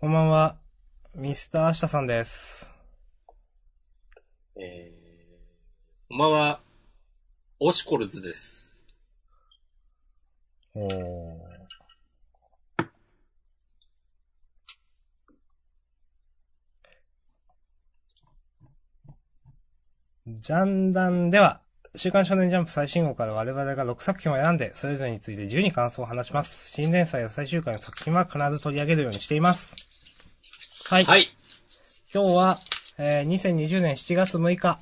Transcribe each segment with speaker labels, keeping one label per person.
Speaker 1: こんばんは。ミスターアシタさんです。
Speaker 2: えー、こんばんは、オシコルズです。
Speaker 1: おー。ジャンダンでは、週刊少年ジャンプ最新号から我々が6作品を選んで、それぞれについて自由に感想を話します。新連載や最終回の作品は必ず取り上げるようにしています。はい。
Speaker 2: はい。
Speaker 1: 今日は、えー2020年7月6日、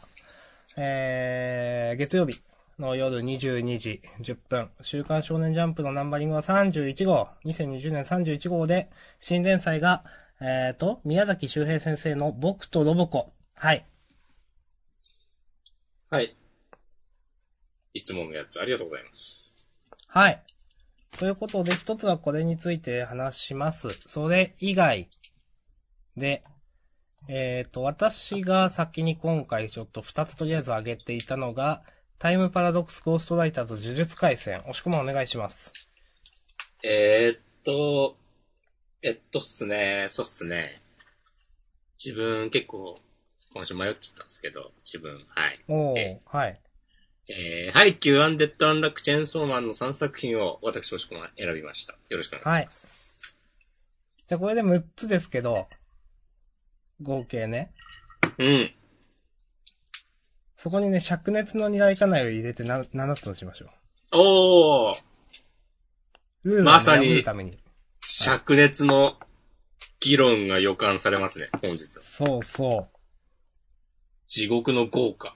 Speaker 1: えー月曜日の夜22時10分、週刊少年ジャンプのナンバリングは31号、2020年31号で、新連載が、えーと、宮崎周平先生の僕とロボコ。はい。
Speaker 2: はい。いつものやつ、ありがとうございます。
Speaker 1: はい。ということで、一つはこれについて話します。それ以外で、えっ、と、私が先に今回ちょっと二つとりあえず挙げていたのが、タイムパラドックスゴーストライターと呪術回戦。押し込まんお願いします。
Speaker 2: えー、っと、えっとっすね、そうっすね。自分結構、今週迷っちゃったんですけど、自分、はい。
Speaker 1: おー
Speaker 2: え、
Speaker 1: はい。
Speaker 2: えー、ハイキューアンデッドアンラックチェーンソーマンの3作品を私、オシコが選びました。よろしくお願いします。
Speaker 1: じゃあこれで6つですけど、合計ね。
Speaker 2: うん。
Speaker 1: そこにね、灼熱の二大家内を入れてな7つとしましょ
Speaker 2: おー
Speaker 1: う。ルールを
Speaker 2: まさに
Speaker 1: 破るために。
Speaker 2: 灼熱の議論が予感されますね、本日は。
Speaker 1: そうそう。
Speaker 2: 地獄の豪華。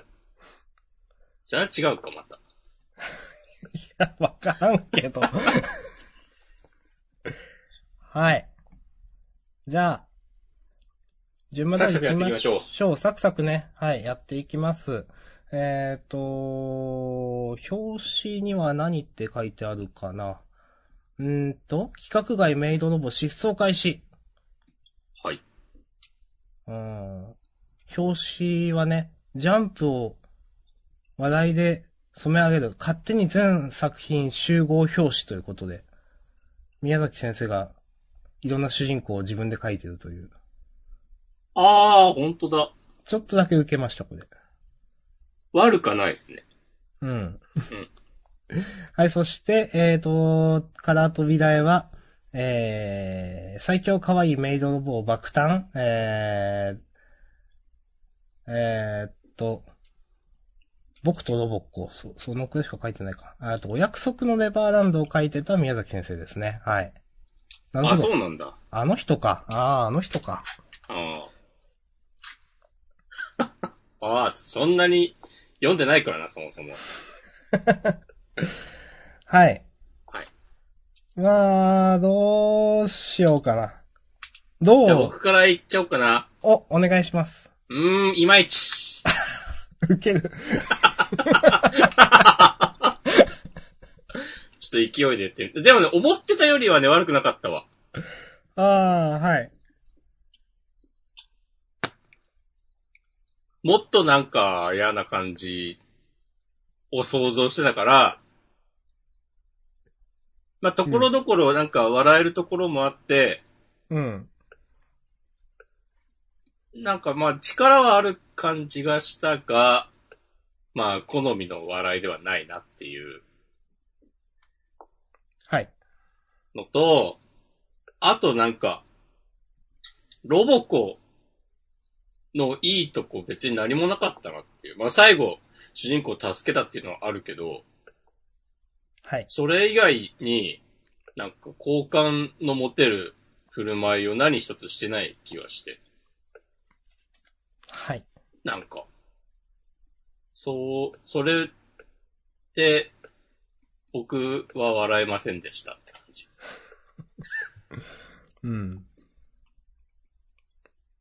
Speaker 2: じゃあ違うか、また。
Speaker 1: いや、わからんけど。はい。じゃあ、順番
Speaker 2: サクサクやっていきましょう
Speaker 1: う。サクサクね。はい、やっていきます。えっ、と、表紙には何って書いてあるかな。うーんと、企画外メイドロボ失踪開始。
Speaker 2: はい。
Speaker 1: うん。表紙はね、ジャンプを話題で染め上げる、勝手に全作品集合表紙ということで、宮崎先生がいろんな主人公を自分で書いてるという。
Speaker 2: ああ、本当だ。
Speaker 1: ちょっとだけ受けました、これ。
Speaker 2: 悪かないですね。
Speaker 1: うん。はい、そして、えっ、と、カラー飛び台は、えー、最強可愛いメイドロボを爆誕、えー、えーっと、僕とロボッコ、そ、そのくらいしか書いてないか。ああと、お約束のネバーランドを書いてた宮崎先生ですね。はい。なる
Speaker 2: あ
Speaker 1: ほ
Speaker 2: そ
Speaker 1: ど。
Speaker 2: うなんだ。
Speaker 1: あの人か。ああ、あの人か。
Speaker 2: ああ。 ああ、そんなに読んでないからな、そもそも。
Speaker 1: はい。
Speaker 2: はい。
Speaker 1: まあ、どうしようかな。ど
Speaker 2: じゃあ
Speaker 1: う
Speaker 2: 僕から言っちゃおうかな。
Speaker 1: お、お願いします。
Speaker 2: うーん、いまいち。
Speaker 1: 受ける。
Speaker 2: ちょっと勢いで言ってる。でもね、思ってたよりはね、悪くなかったわ。
Speaker 1: ああ、はい。
Speaker 2: もっとなんか嫌な感じを想像してたから、まあ、ところどころなんか笑えるところもあって、
Speaker 1: うん。
Speaker 2: なんかまあ力はある感じがしたが、まあ好みの笑いではないなっていう
Speaker 1: はい。
Speaker 2: のと、あとなんか、ロボコのいいとこ別に何もなかったなっていう。まあ最後、主人公を助けたっていうのはあるけど、
Speaker 1: はい。
Speaker 2: それ以外に、なんか好感の持てる振る舞いを何一つしてない気がして、
Speaker 1: はい。
Speaker 2: なんか、そう、それで、僕は笑えませんでしたって感じ。
Speaker 1: うん。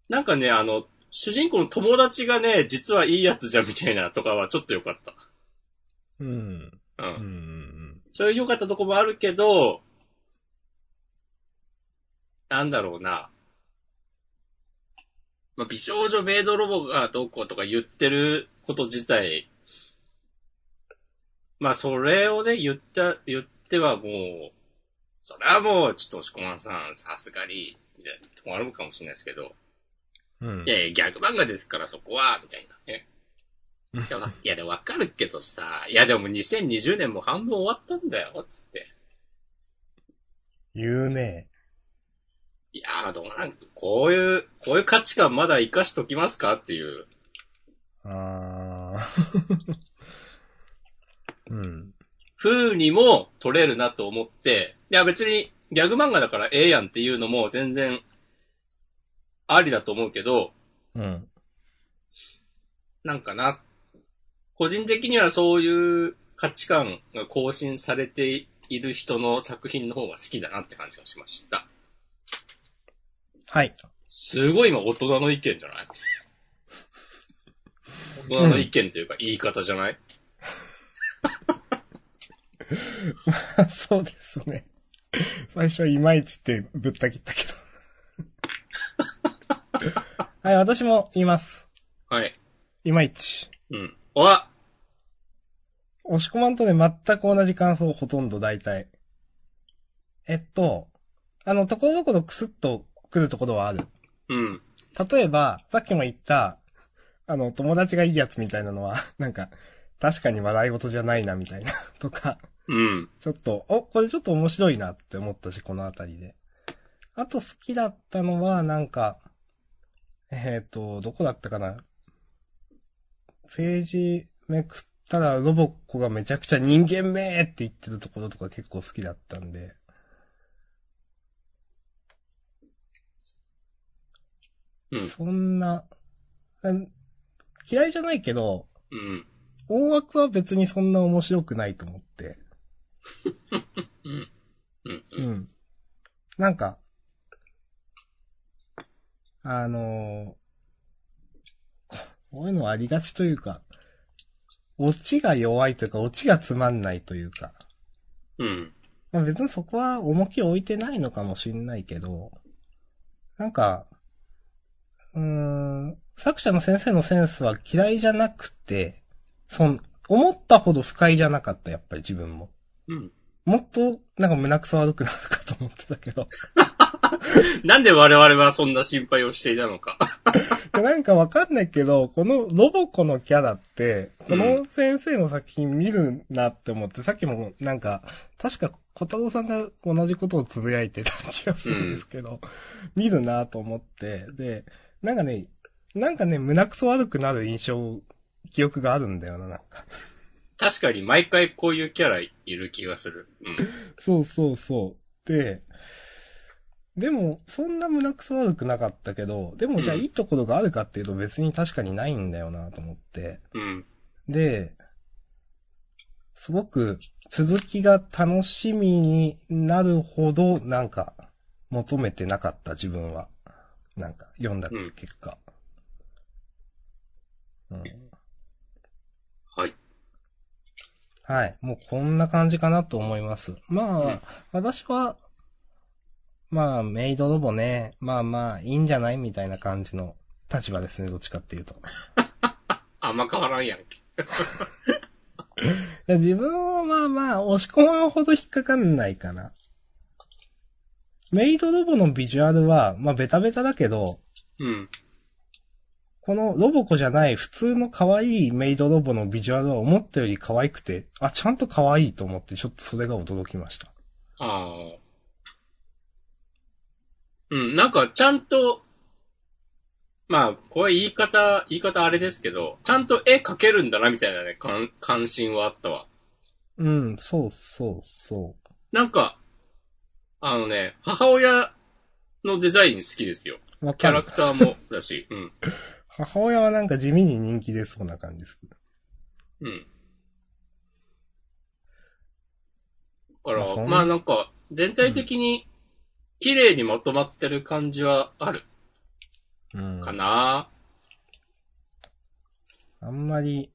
Speaker 2: なんかね、あの、主人公の友達がね、実はいいやつじゃんみたいなとかはちょっと良かっ
Speaker 1: うん。
Speaker 2: た。う。
Speaker 1: うんん。
Speaker 2: それ良かったとこもあるけど、なんだろうな。まあ、美少女メイドロボがどうこうとか言ってること自体、まあ、それをね、言った、言ってはもう、それはもう、ちょっと押し込まんさん、さすがに、みたいなとこあるかもしれないですけど、
Speaker 1: うん
Speaker 2: い。やいや、逆漫画ですからそこは、みたいなね。いやわいや、でもわかるけどさ、いやでも2020年も半分終わったんだよ、つって。
Speaker 1: 言うね。
Speaker 2: いやー、でもなんか、こういう、こういう価値観まだ活かしときますかっていう。
Speaker 1: あー うん。
Speaker 2: 風にも取れるなと思って、いや別にギャグ漫画だからええやんっていうのも全然ありだと思うけど、
Speaker 1: うん。
Speaker 2: なんかな、個人的にはそういう価値観が更新されている人の作品の方が好きだなって感じがしました。
Speaker 1: はい。
Speaker 2: すごい今大人の意見じゃない大人の意見というか言い方じゃない、
Speaker 1: そうですね。最初はいまいちってぶった切ったけど。はい、私も言います。
Speaker 2: はい。
Speaker 1: いまいち。
Speaker 2: うん。わ
Speaker 1: 押し込まんとね、全く同じ感想、ほとんど大体。えっと、あの、ところどころくすっと来るところはある。
Speaker 2: うん。
Speaker 1: 例えば、さっきも言った、あの、友達がいいやつみたいなのは、なんか、確かに笑い事じゃないな、みたいな、とか。
Speaker 2: うん。
Speaker 1: ちょっと、お、これちょっと面白いなって思ったし、このあたりで。あと好きだったのは、なんか、えっ、と、どこだったかな。ページめくったらロボッコがめちゃくちゃ人間めーって言ってるところとか結構好きだったんで。
Speaker 2: うん
Speaker 1: そんな、うん嫌いじゃないけど、
Speaker 2: うん。
Speaker 1: 大枠は別にそんな面白くないと思って。
Speaker 2: うん。うん。う。
Speaker 1: うんん。なんか、あのーここういうのありがちというか、オチが弱いというか、オチがつまんないというか、
Speaker 2: うん。
Speaker 1: まあ、別にそこは重きを置いてないのかもしんないけど、なんか、うーん、作者の先生のセンスは嫌いじゃなくて、その、思ったほど不快じゃなかった、やっぱり自分も。
Speaker 2: うん。
Speaker 1: もっと、なんか胸くそ悪くなるかと思ってたけど。
Speaker 2: なんで我々はそんな心配をしていたのか。
Speaker 1: でなんかわかんないけど、このロボコのキャラって、こ
Speaker 2: う
Speaker 1: の先生の作品見るなって思って、さっきもなんか、確か小太郎さんが同じことをつぶやいてた気がするんですけど、見るなと思って、で、なんかね、なんかね、胸くそ悪くなる印象、記憶があるんだよな、なんか。
Speaker 2: 確かに毎回こういうキャラいる気がする。う
Speaker 1: そうそうそう。で、でも、そんな胸くそ悪くなかったけど、でもじゃあ
Speaker 2: うん
Speaker 1: いいところがあるかっていうと別に確かにないんだよなと思って、
Speaker 2: ん。うん。
Speaker 1: で、すごく続きが楽しみになるほど、なんか、求めてなかった自分は。なんか、読んだ
Speaker 2: うん
Speaker 1: 結果。うん
Speaker 2: はい。
Speaker 1: はい。もうこんな感じかなと思います。まあ、
Speaker 2: うん
Speaker 1: 私は、まあ、メイドロボね、まあまあ、いいんじゃないみたいな感じの立場ですね、どっちかっていうと。
Speaker 2: あんま変わらんやんけ。
Speaker 1: いや自分はまあまあ、押し込まんほど引っかかんないかな。メイドロボのビジュアルは、まあベタベタだけど、
Speaker 2: うん。
Speaker 1: このロボコじゃない普通の可愛いメイドロボのビジュアルは思ったより可愛くて、あ、ちゃんと可愛いと思ってちょっとそれが驚きました。
Speaker 2: ああ。うん、なんかちゃんと、まあ、これ言い方、言い方あれですけど、ちゃんと絵描けるんだなみたいなね、関関心はあったわ。
Speaker 1: うん、そうそうそ
Speaker 2: なんか、あのね、母親のデザイン好きですよ。
Speaker 1: う。わ
Speaker 2: キャ
Speaker 1: か
Speaker 2: ラ
Speaker 1: る。
Speaker 2: クターもだし、うん。
Speaker 1: 母親はなんか地味に人気出そうな感じでする。
Speaker 2: うん。だから、
Speaker 1: まあそん
Speaker 2: まあなんか、全体的に、綺麗にまとまってる感じはある
Speaker 1: うん。
Speaker 2: かな、
Speaker 1: あんまり、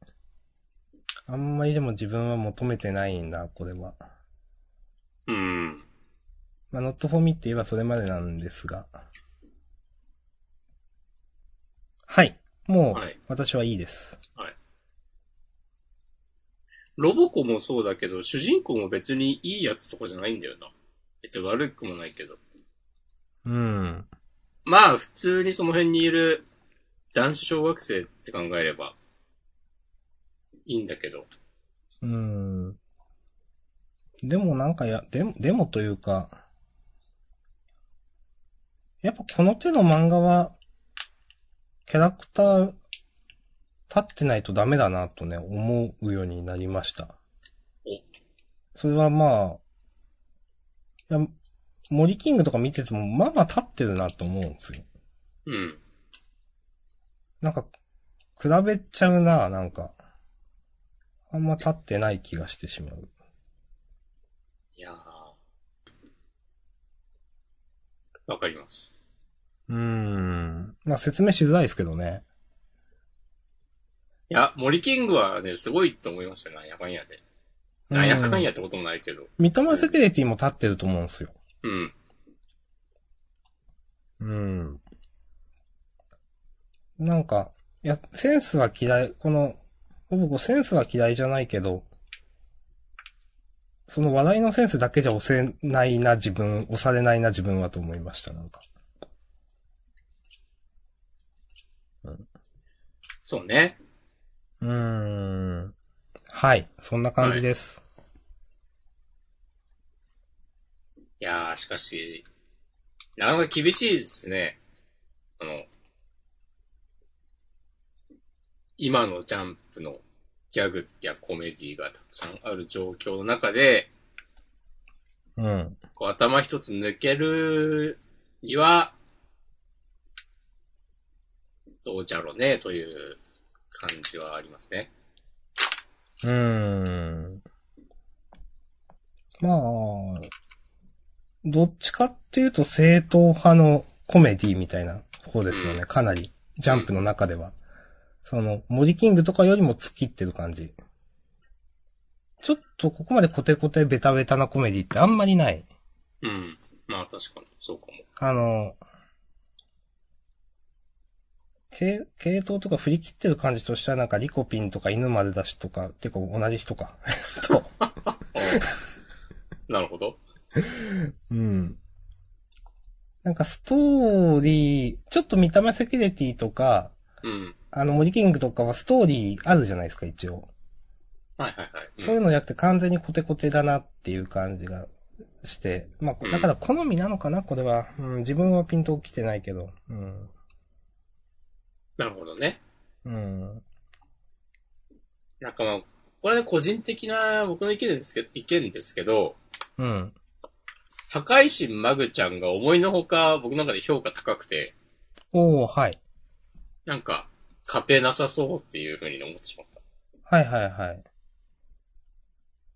Speaker 1: あんまりでも自分は求めてないんだ、これは。
Speaker 2: うん、
Speaker 1: まあ、ノットフォーミって言えばそれまでなんですが。はい。もう
Speaker 2: はい、
Speaker 1: 私はいいです。
Speaker 2: ロボコもそうだけど、主人公も別にいいやつとかじゃないんだよな。別に悪くもないけど。
Speaker 1: うん。
Speaker 2: まあ、普通にその辺にいる男子小学生って考えれば、いいんだけど。
Speaker 1: うん。でもなんかや、でも、でもというか、やっぱこの手の漫画は、キャラクター、立ってないとダメだなとね、思うようになりました。
Speaker 2: お
Speaker 1: それはまあ、いや、森キングとか見てても、まあまあ立ってるなと思うんですよ。
Speaker 2: うん。
Speaker 1: なんか、比べちゃうな、なんか。あんま立ってない気がしてしまう。
Speaker 2: いやーわかります。
Speaker 1: うん。まあ説明しづらいですけどね。
Speaker 2: いや、森キングはね、すごいと思いましたよ。なんやかんやで。なんやかんやってこともないけど。
Speaker 1: うん。ミッドマンセキュリティも立ってると思うんですよ。
Speaker 2: うん。
Speaker 1: うん。なんか、いや、センスは嫌い、この、僕センスは嫌いじゃないけど、その笑いのセンスだけじゃ押せないな自分、押されないな自分はと思いました、なんか。
Speaker 2: そうね。
Speaker 1: うーん。はい。そんな感じです。
Speaker 2: いやー、しかし、なかなか厳しいですね。あの、今のジャンプのギャグやコメディがたくさんある状況の中で、
Speaker 1: うん。
Speaker 2: こう頭一つ抜けるには、どうじゃろうね、という感じはありますね。
Speaker 1: うーん。まあ、どっちかっていうと正統派のコメディみたいな方ですよね。かなり。ジャンプの中では。その、森キングとかよりも突き切ってる感じ。ちょっとここまでコテコテベタベタなコメディってあんまりない。
Speaker 2: うん。まあ確かに、そうかも。
Speaker 1: あの、系、系統とか振り切ってる感じとしてはなんかリコピンとか犬丸だしとか、てか同じ人か。と。
Speaker 2: なるほど。
Speaker 1: うん。なんかストーリー、ちょっと見た目セキュリティとか、
Speaker 2: うん。
Speaker 1: あの森キングとかはストーリーあるじゃないですか、一応。
Speaker 2: はいはいはい。うん
Speaker 1: そういうのじゃなくて完全にコテコテだなっていう感じがして。まあ、だから好みなのかな、これは。うん、自分はピンと来てないけど。うん。
Speaker 2: なるほどね。
Speaker 1: うん。
Speaker 2: なんかまあ、これは個人的な僕の意見ですけど、意見ですけど、
Speaker 1: うん。
Speaker 2: 高石マグちゃんが思いのほか僕の中で評価高くて、
Speaker 1: おー、はい。
Speaker 2: なんか、勝てなさそうっていう風に思ってしまった。
Speaker 1: はいはいはい。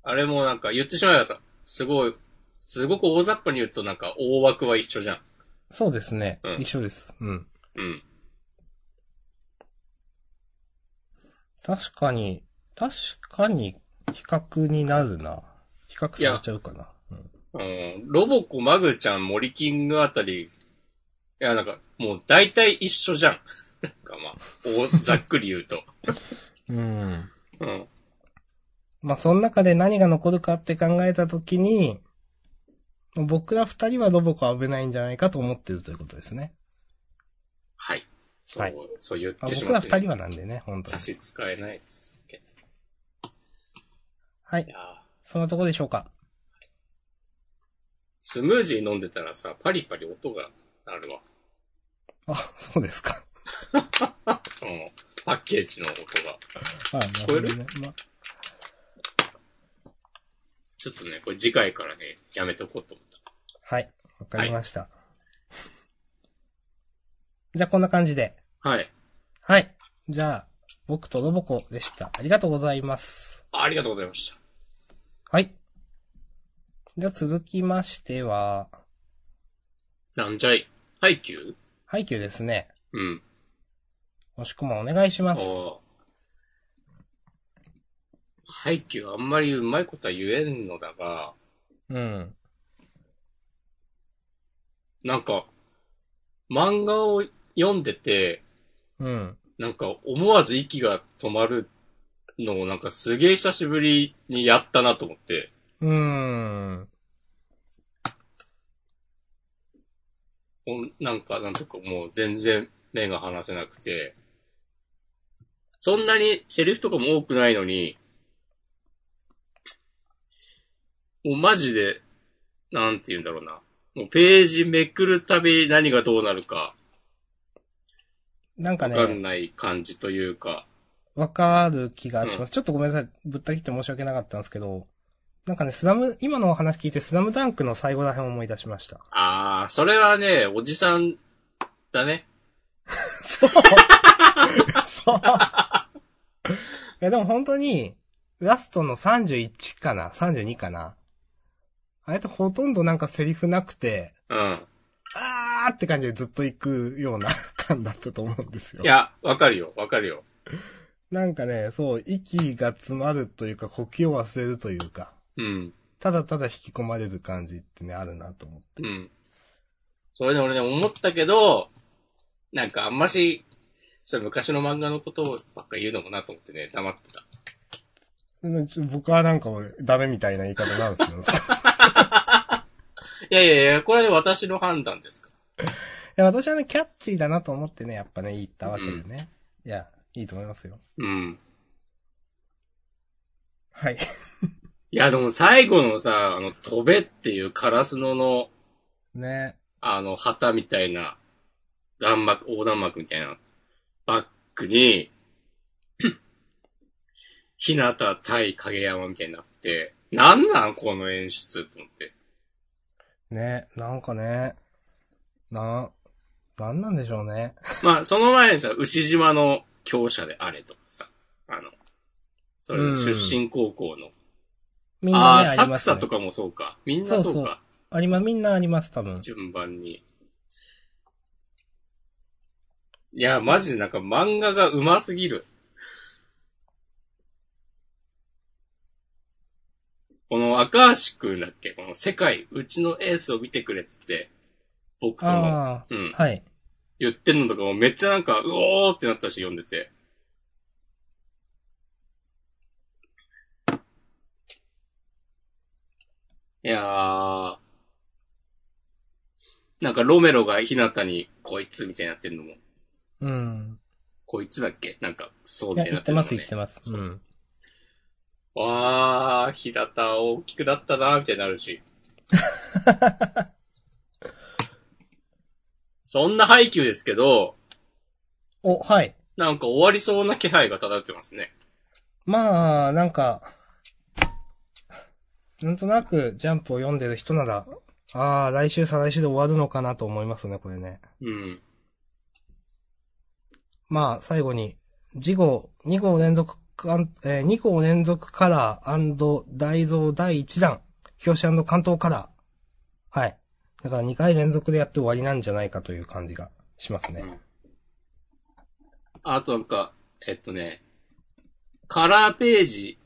Speaker 2: あれもなんか言ってしまえばさ、すごい、すごく大雑把に言うとなんか大枠は一緒じゃん。
Speaker 1: そうですね。
Speaker 2: うん
Speaker 1: 一緒です。うん。
Speaker 2: うん。
Speaker 1: 確かに、確かに、比較になるな。比較されちゃうかな。うん
Speaker 2: うん、ロボコ、マグちゃん、森キングあたり、いやなんか、もう大体一緒じゃん。 なんかまあ、おざっくり言うと。
Speaker 1: うん。
Speaker 2: うん。
Speaker 1: まあ、その中で何が残るかって考えたときに、僕ら二人はロボコは危ないんじゃないかと思ってるということですね。
Speaker 2: はい。そう、
Speaker 1: はい
Speaker 2: そう言っ
Speaker 1: あ
Speaker 2: てし
Speaker 1: 僕
Speaker 2: ま
Speaker 1: ら
Speaker 2: ってね、
Speaker 1: 二人はなんでね、本当
Speaker 2: 差
Speaker 1: に。
Speaker 2: し支えないですけど。
Speaker 1: はいい。
Speaker 2: やー
Speaker 1: そんなとこでしょうか。
Speaker 2: スムージー飲んでたらさ、パリパリ音が鳴るわ。
Speaker 1: あ、そうですか。
Speaker 2: うん。パッケージの音が。
Speaker 1: あ、なるほどね。まあ、
Speaker 2: ちょっとね、これ次回からね、やめとこうと思った。
Speaker 1: はい。わかりました。じゃあ、こんな感じで。
Speaker 2: はい。
Speaker 1: はい。じゃあ、僕とロボコでした。ありがとうございます。
Speaker 2: ありがとうございました。
Speaker 1: はい。じゃあ続きましては、
Speaker 2: なんじゃい。ハイキュー
Speaker 1: ハイキューですね。
Speaker 2: うん。
Speaker 1: 押し込まんお願いし
Speaker 2: あ
Speaker 1: ます。
Speaker 2: あ。ハイキューあんまりうまいことは言えんのだが、
Speaker 1: うん。
Speaker 2: なんか、漫画を読んでて、
Speaker 1: うん。
Speaker 2: なんか思わず息が止まるのをなんかすげえ久しぶりにやったなと思って、
Speaker 1: うーん。
Speaker 2: おなんか、なんとかもう全然目が離せなくて、そんなにセリフとかも多くないのに、もうマジで、なんて言うんだろうな。もうページめくるたび何がどうなるか
Speaker 1: なんか
Speaker 2: わか
Speaker 1: ね
Speaker 2: ん、ない感じというか、
Speaker 1: わかる気がします。ちょっとごめんなさい。ぶった切って申し訳なかったんですけど、なんかね、スラム、今のお話聞いてスラムダンクの最後ら辺を思い出しました。
Speaker 2: ああ、それはね、おじさんだね。
Speaker 1: そう。 そう。いや、でも本当に、ラストの31かな ?32 かなあれってほとんどなんかセリフなくて、
Speaker 2: うん。
Speaker 1: あーって感じでずっと行くような 感だったと思うんですよ
Speaker 2: い。や、わかるよ、わかるよ。
Speaker 1: なんかね、そう、息が詰まるというか、呼吸を忘れるというか、
Speaker 2: うん。
Speaker 1: ただただ引き込まれる感じってね、あるなと思って。
Speaker 2: うん。それで俺ね、思ったけど、なんかあんまし、それ昔の漫画のことばっか言うのもなと思ってね、黙ってた。
Speaker 1: でもちょ僕はなんか俺ダメみたいな言い方なんで すよ。
Speaker 2: いやいやいや、これで私の判断ですか
Speaker 1: いや、私はね、キャッチーだなと思ってね、やっぱね、言ったわけでね。いや、いいと思いますよ。
Speaker 2: ら。うん。
Speaker 1: はい。
Speaker 2: いや、でも最後のさ、あの、飛べっていうカラスのの、
Speaker 1: ね。
Speaker 2: あの、旗みたいな、弾幕、横断幕みたいな、バックに、日向対影山みたいになって、なんなんこの演出と思って。
Speaker 1: ね。なんかね、な、なんなんでしょうね。
Speaker 2: まあ、その前にさ、牛島の強者であれとかさ、あの、それ
Speaker 1: う
Speaker 2: の
Speaker 1: ん
Speaker 2: 出身高校の。
Speaker 1: みん
Speaker 2: あ
Speaker 1: な
Speaker 2: あ、
Speaker 1: ね、あ
Speaker 2: サ
Speaker 1: り
Speaker 2: ク
Speaker 1: ます、
Speaker 2: サ
Speaker 1: ね。
Speaker 2: とかもそうか。みんなそうか。
Speaker 1: そうそうあります、みんなあります、多分。
Speaker 2: 順番に。いや、マジでなんか漫画が上手すぎる。この赤橋くんだっけこの世界、うちのエースを見てくれってって、僕とも、
Speaker 1: あ
Speaker 2: う
Speaker 1: あ
Speaker 2: ん、、
Speaker 1: はい。
Speaker 2: 言ってるのとかもめっちゃなんか、うおーってなったし読んでて。いやー。なんかロメロが日向に、こいつみたいになってんのも、
Speaker 1: うん。
Speaker 2: こいつだっけなんか、そう
Speaker 1: い
Speaker 2: み
Speaker 1: や、
Speaker 2: た
Speaker 1: 言
Speaker 2: いになっ
Speaker 1: ってて
Speaker 2: るの
Speaker 1: ま
Speaker 2: も
Speaker 1: す、言って。ます。
Speaker 2: ねそう
Speaker 1: うん。
Speaker 2: わー、日向大きくなったなーみたいになる し。そんな配給ですけど、
Speaker 1: お、はい。
Speaker 2: なんか終わりそうな気配が漂ってますね。
Speaker 1: まあ、なんか、なんとなくジャンプを読んでる人なら、ああ、来週再来週で終わるのかなと思いますね、これね。
Speaker 2: うん。
Speaker 1: まあ、最後に、次号、2号連続かん、えー、2号連続カラー大蔵第1弾、表紙関東カラー。はい。だから2回連続でやって終わりなんじゃないかという感じがしますね。
Speaker 2: あとなんか、えっとね、カラーページ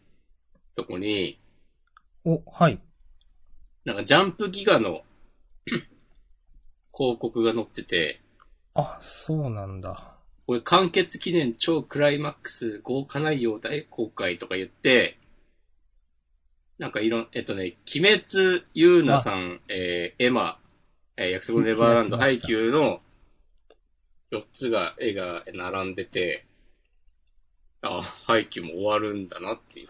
Speaker 2: とこに、
Speaker 1: お、はい。
Speaker 2: なんかジャンプギガの 広告が載ってて、
Speaker 1: あ、そうなんだ。
Speaker 2: これ完結記念超クライマックス豪華内容大公開とか言って、なんかいろん、えっとね、鬼滅、ゆうなさん、えーエマ、えー、約束のネバーランド、
Speaker 1: 聞きま
Speaker 2: ハ
Speaker 1: し
Speaker 2: イ
Speaker 1: た
Speaker 2: キューの4つが、絵が並んでて、あ、ハイキューも終わるんだなっていう。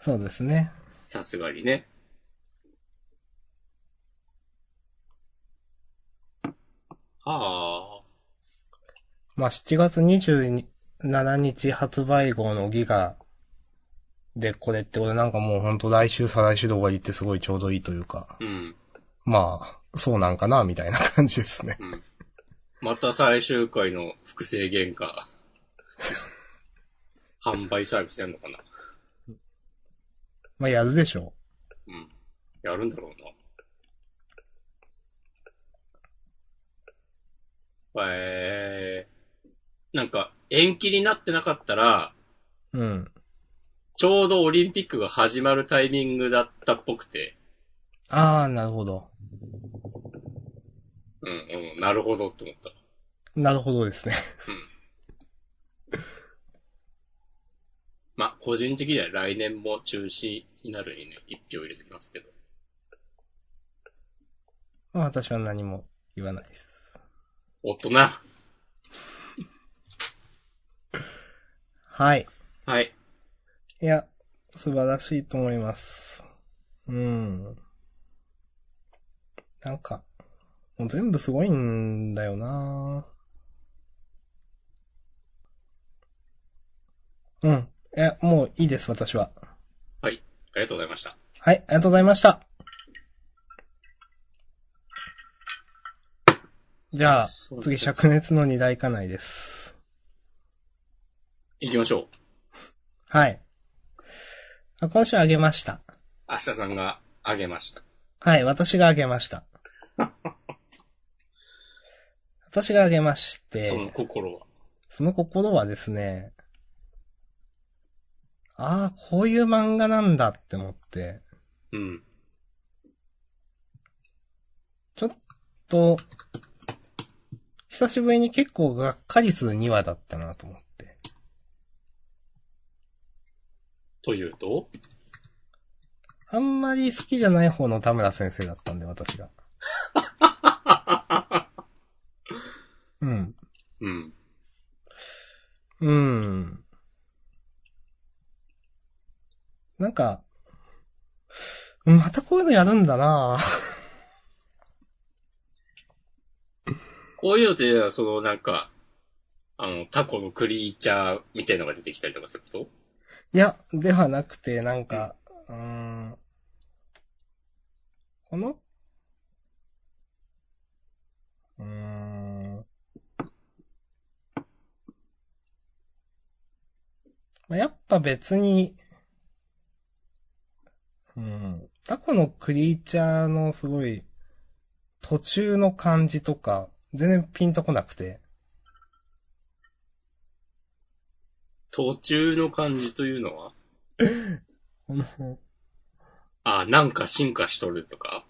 Speaker 1: そうですね。
Speaker 2: さすがにね。はあ。
Speaker 1: まあ、7月27日発売号のギガでこれって俺なんかもうほんと来週再来週で終わりってすごいちょうどいいというか、
Speaker 2: うん。
Speaker 1: まあ、そうなんかな、みたいな感じですね。
Speaker 2: うん。また最終回の複製原価。販売サービスやるのかな
Speaker 1: まあ、やるでしょ
Speaker 2: うん。やるんだろうな。えー、なんか、延期になってなかったら、
Speaker 1: う。うん。
Speaker 2: ちょうどオリンピックが始まるタイミングだったっぽくて、
Speaker 1: ああ、なるほど。
Speaker 2: うんうん、なるほどって思った。
Speaker 1: なるほどですね。
Speaker 2: まあ、個人的には来年も中止になるにね、一票入れてきますけど。
Speaker 1: まあ私は何も言わないです。
Speaker 2: おっとな。
Speaker 1: はい。
Speaker 2: はい。
Speaker 1: いや、素晴らしいと思います。うん。なんか、もう全部すごいんだよなうん。いや、もういいです、私は。
Speaker 2: ありがとうございました。
Speaker 1: はい、ありがとうございました。じゃあ、次、灼熱の二大家内です。
Speaker 2: 行きましょう。
Speaker 1: はい。あ今週あげました。
Speaker 2: 明日さんがあげました。
Speaker 1: はい、私があげました。私があげまして、
Speaker 2: その心は。
Speaker 1: その心はですね、ああ、こういう漫画なんだって思って、
Speaker 2: うん。
Speaker 1: ちょっと、久しぶりに結構がっかりする2話だったなと思って。
Speaker 2: というと
Speaker 1: あんまり好きじゃない方の田村先生だったんで、私が。うん。
Speaker 2: うん。
Speaker 1: うん。なんか、またこういうのやるんだなぁ
Speaker 2: こういうのっていうのは、そのなんか、あの、タコのクリーチャーみたいのが出てきたりとかすること
Speaker 1: いや、ではなくて、なんか、うーん。このうーん。まあやっぱ別に、うん。タコのクリーチャーのすごい、途中の感じとか、全然ピンとこなくて。
Speaker 2: 途中の感じというのは
Speaker 1: この
Speaker 2: あ、なんか進化しとるとか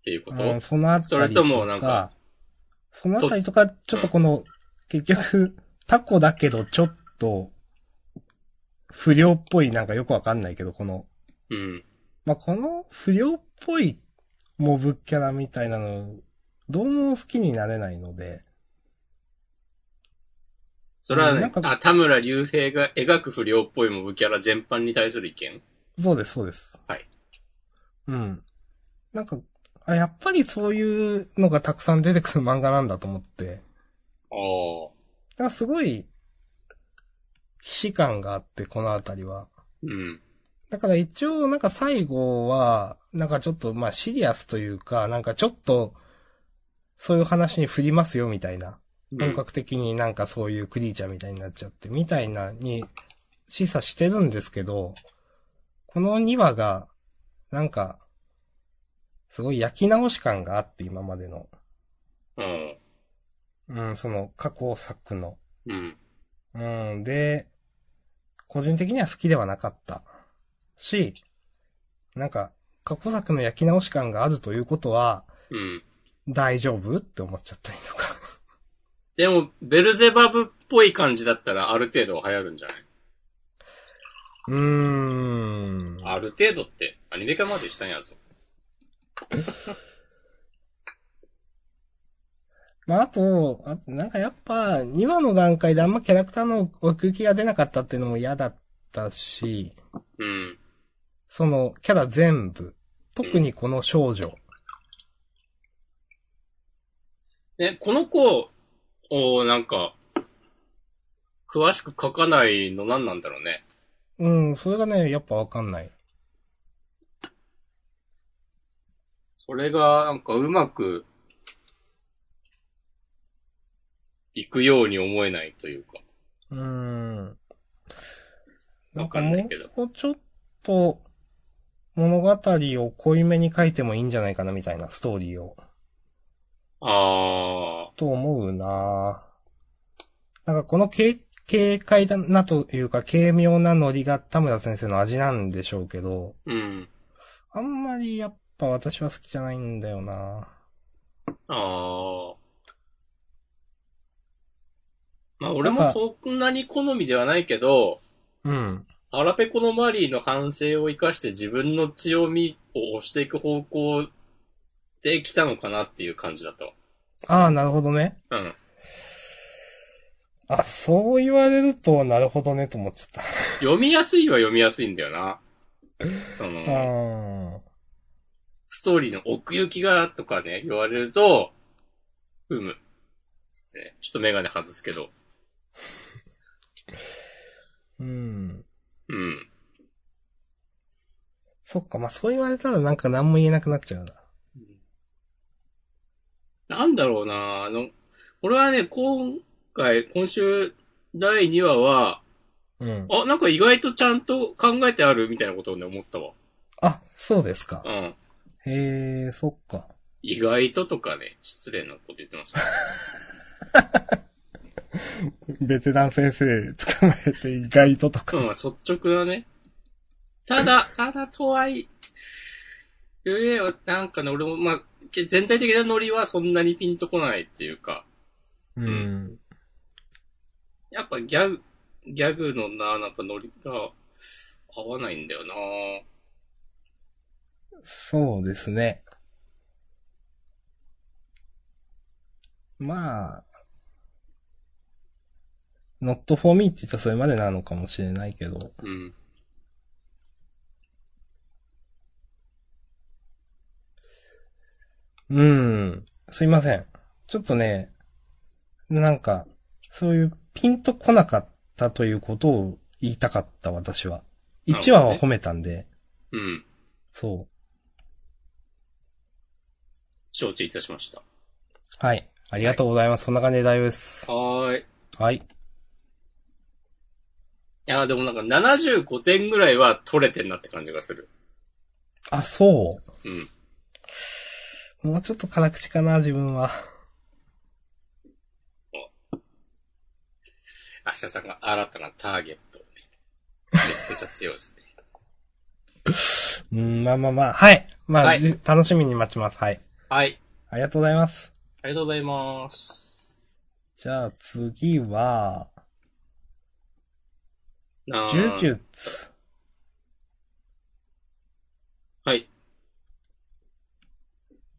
Speaker 2: っていうこと、
Speaker 1: うん、そのあたり
Speaker 2: それともなんか、
Speaker 1: そのあたりとか、ちょっとこの、結局、タコだけどちょっと、不良っぽい、なんかよくわかんないけど、この、
Speaker 2: うん。
Speaker 1: まあ、この不良っぽいモブキャラみたいなの、どうも好きになれないので、
Speaker 2: それは
Speaker 1: うんな
Speaker 2: ね
Speaker 1: ん、か
Speaker 2: あ、田村隆平が描く不良っぽいモブキャラ全般に対する意見
Speaker 1: そうです、そうです。
Speaker 2: はい。
Speaker 1: うん。なんか、あ、やっぱりそういうのがたくさん出てくる漫画なんだと思って、
Speaker 2: ああ。
Speaker 1: なんかすごい、既視感があって、このあたりは。
Speaker 2: うん。
Speaker 1: だから一応、なんか最後は、なんかちょっと、まあシリアスというか、なんかちょっと、そういう話に振りますよみたいな。
Speaker 2: う
Speaker 1: 本
Speaker 2: ん。
Speaker 1: 格的になんかそういうクリーチャーみたいになっちゃって、みたいなに示唆してるんですけど、この2話が、なんか、すごい焼き直し感があって、今までの。
Speaker 2: うん。
Speaker 1: うん、その過去作の。
Speaker 2: うん。
Speaker 1: うん、で、個人的には好きではなかった。し、なんか、過去作の焼き直し感があるということは、
Speaker 2: うん。
Speaker 1: 大丈夫って思っちゃったりとか。
Speaker 2: でも、ベルゼバブっぽい感じだったらある程度は流行るんじゃないう
Speaker 1: ーん。
Speaker 2: ある程度って、アニメ化までしたんやぞ。
Speaker 1: まあ、あと、あとなんかやっぱ、2話の段階であんまキャラクターの奥行きが出なかったっていうのも嫌だったし、
Speaker 2: うん。
Speaker 1: その、キャラ全部。特にこの少女。
Speaker 2: ね、この子を、なんか、詳しく書かないの何なんだろうね。
Speaker 1: うん、それがね、やっぱわかんない。
Speaker 2: それが、なんかうまく、いくように思えないというか。
Speaker 1: うーん。
Speaker 2: わかんないけど
Speaker 1: もうちょっと、物語を濃いめに書いてもいいんじゃないかなみたいなストーリーを。
Speaker 2: あ
Speaker 1: と思うなぁなんかこの軽、軽快だなというか、軽妙なノリが田村先生の味なんでしょうけど、
Speaker 2: ー、うん。
Speaker 1: あんまりやっぱ私は好きじゃないんだよな
Speaker 2: ああ。まあ俺もそんなに好みではないけど、
Speaker 1: ぁうん。
Speaker 2: 腹ペコのマリーの反省を生かして自分の強みを押していく方向てきたのかなっていう感じだったわ。
Speaker 1: ああ、なるほどね。
Speaker 2: うん。
Speaker 1: あ、そう言われると、なるほどね、と思っちゃった。
Speaker 2: 読みやすいは読みやすいんだよな。その、
Speaker 1: あ
Speaker 2: ストーリーの奥行きがとかね、言われると、うむ。つってね、ちょっとメガネ外すけど。
Speaker 1: ーうん。
Speaker 2: うん。
Speaker 1: そっか、まあそう言われたらなんか何も言えなくなっちゃうな。
Speaker 2: なんだろうなあの、俺はね、今回、今週、第2話は、
Speaker 1: うん。
Speaker 2: あ、なんか意外とちゃんと考えてあるみたいなことをね、思ったわ。
Speaker 1: あ、そうですか
Speaker 2: う。ん。
Speaker 1: へえ、そっか。
Speaker 2: 意外ととかね、失礼なこと言ってました。
Speaker 1: ベテラン先生捕まえて意外ととか。
Speaker 2: うん、率直なね。ただ、ただとはいえ、ゆえ、なんかね、俺も、まあ、け全体的なノリはそんなにピンとこないっていうか、
Speaker 1: うん。
Speaker 2: やっぱギャグ、ギャグのな、なんかノリが合わないんだよな
Speaker 1: そうですね。まあ、not for me って言ったらそれまでなのかもしれないけど。
Speaker 2: うん。
Speaker 1: うん。すいません。ちょっとね、なんか、そういうピンとこなかったということを言いたかった私は。
Speaker 2: なるほ
Speaker 1: 1
Speaker 2: どね
Speaker 1: 話は褒めたんで、
Speaker 2: うん。
Speaker 1: そ
Speaker 2: 承知いたしました。
Speaker 1: う。はい。ありがとうございます。そんな感じで大丈夫です。
Speaker 2: はーい。い
Speaker 1: はい。
Speaker 2: や、でもなんか75点ぐらいは取れてんなって感じがする。
Speaker 1: あ、そ
Speaker 2: うん。
Speaker 1: う。もうちょっと辛口かな、自分は。
Speaker 2: 明日さんが新たなターゲットをね、見つけちゃってようです
Speaker 1: う
Speaker 2: ね。
Speaker 1: ん、まあまあまあ。はい。まあ、
Speaker 2: はい
Speaker 1: じ楽しみに待ちます。はい。
Speaker 2: はい。
Speaker 1: ありがとうございます。
Speaker 2: ありがとうございます。
Speaker 1: じゃあ次は、
Speaker 2: なあ
Speaker 1: ジュジュツ。
Speaker 2: はい。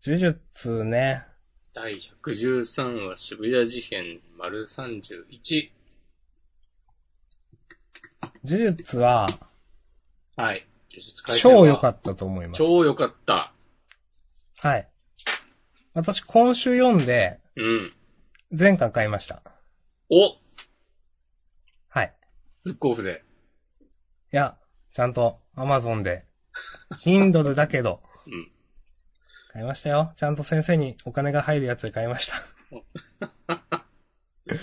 Speaker 1: ジュジュツね。
Speaker 2: 第113話渋谷事変丸31。
Speaker 1: ジュジュツは、
Speaker 2: はい。呪術廻戦は
Speaker 1: 超良かったと思います。
Speaker 2: 超良かった。
Speaker 1: はい。私今週読んで、
Speaker 2: うん。
Speaker 1: 前回買いました。
Speaker 2: お
Speaker 1: はい。
Speaker 2: ブックオフで。
Speaker 1: いや、ちゃんと Amazon で、Kindle だけど、
Speaker 2: うん。
Speaker 1: 買いましたよ。ちゃんと先生にお金が入るやつで買いました。い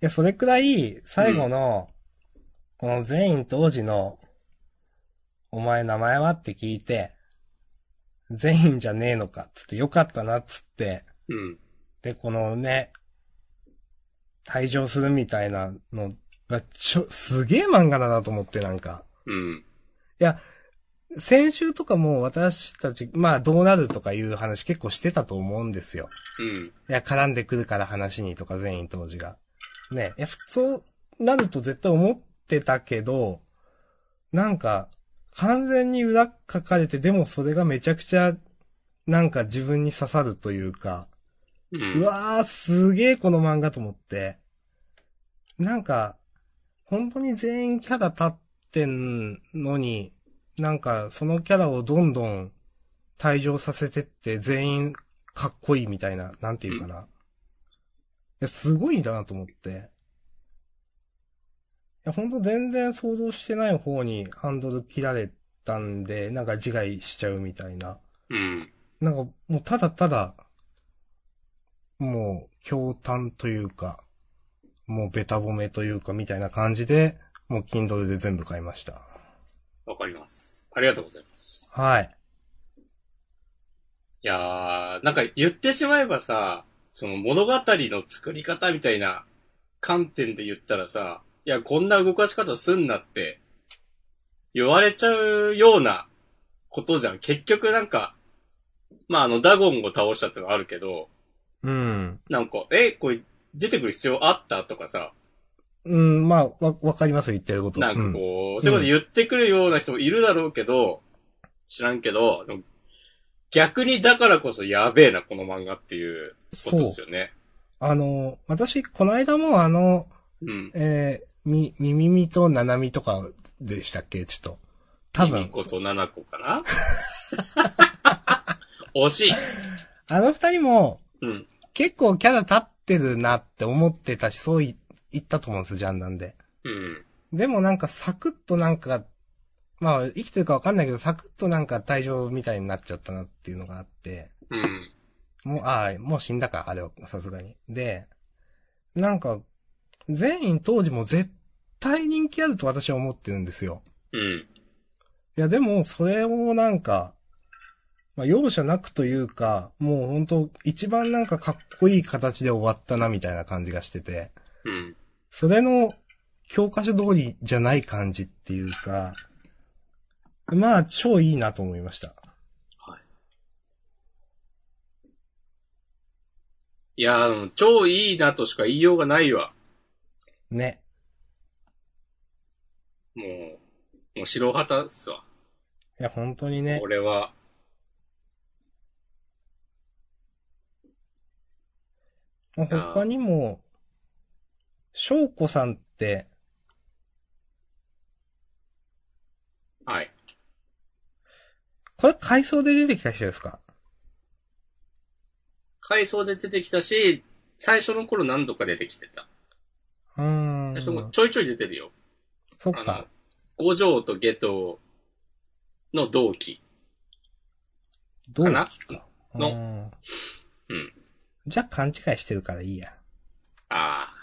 Speaker 1: や、それくらい、最後の、この全員当時の、お前名前はって聞いて、全員じゃねえのか、つってよかったな、つって、
Speaker 2: うん。
Speaker 1: で、このね、退場するみたいなのが、ちょ、すげえ漫画だなと思って、なんか。
Speaker 2: うん。
Speaker 1: いや、先週とかも私たち、まあどうなるとかいう話結構してたと思うんですよ。
Speaker 2: うん。
Speaker 1: いや、絡んでくるから話にとか全員当時が。ねえ、いや普通なると絶対思ってたけど、なんか、完全に裏書かれて、でもそれがめちゃくちゃ、なんか自分に刺さるというか、
Speaker 2: うん。
Speaker 1: うわー、すげーこの漫画と思って。なんか、本当に全員キャラ立ってんのに、なんかそのキャラをどんどん退場させてって全員かっこいいみたいな、なんていうかな。いや、すごいんだなと思って。いや、ほんと全然想像してない方にハンドル切られたんで、なんか自害しちゃうみたいな。
Speaker 2: うん。
Speaker 1: なんか、もうただただ、もう、驚嘆というか、もうベタ褒めというか、みたいな感じで、もう Kindle で全部買いました。
Speaker 2: わかります。ありがとうございます。
Speaker 1: はい。
Speaker 2: いやー、なんか言ってしまえばさ、その物語の作り方みたいな観点で言ったらさ、いや、こんな動かし方すんなって、言われちゃうようなことじゃん。結局なんか、まあ、あの、ダゴンを倒したってのはあるけど、
Speaker 1: うん。
Speaker 2: なんか、え、これ、出てくる必要あったとかさ、
Speaker 1: うん、まあ、わ、わかりますよ、言ってること。
Speaker 2: なんか
Speaker 1: うん
Speaker 2: こう、そういうこと言ってくるような人もいるだろうけど、知らんけど、でも逆にだからこそやべえな、この漫画っていうこと
Speaker 1: そう
Speaker 2: で。すよね。
Speaker 1: あの、私、この間もあの、
Speaker 2: うん。
Speaker 1: えー、み、みみみとななみとかでしたっけちょっと。多
Speaker 2: ミミ
Speaker 1: 分、
Speaker 2: コとナナコか な惜しい。
Speaker 1: あの二人も
Speaker 2: うん。
Speaker 1: 結構キャラ立ってるなって思ってたし、そうい言ったと思うんですよ、ジャンダンで。
Speaker 2: うん。
Speaker 1: でもなんかサクッとなんか、まあ生きてるかわかんないけど、サクッとなんか退場みたいになっちゃったなっていうのがあって、
Speaker 2: うん。
Speaker 1: もう、ああ、もう死んだか、あれは、さすがに。で、なんか、全員当時も絶対人気あると私は思ってるんですよ。
Speaker 2: うん。
Speaker 1: いやでも、それをなんか、まあ容赦なくというか、もう本当一番なんかかっこいい形で終わったなみたいな感じがしてて。
Speaker 2: うん。
Speaker 1: それの教科書通りじゃない感じっていうか、まあ、超いいなと思いました。
Speaker 2: いやー、うん超いいなとしか言いようがないわ。
Speaker 1: ね。
Speaker 2: もう、もう白旗っすわ。
Speaker 1: いや、本当にね。
Speaker 2: 俺は。
Speaker 1: まあ他にも、翔子さんって、
Speaker 2: はい。
Speaker 1: これ回想で出てきた人ですか
Speaker 2: 回想で出てきたし、最初の頃何度か出てきてた。
Speaker 1: うー
Speaker 2: 最初も
Speaker 1: ん。
Speaker 2: ちょいちょい出てるよ。
Speaker 1: そっ
Speaker 2: あの
Speaker 1: か。、
Speaker 2: 五条と下等の同期。
Speaker 1: どう
Speaker 2: かなの
Speaker 1: うん
Speaker 2: うん。
Speaker 1: じゃあ勘違いしてるからいいや。
Speaker 2: ああ。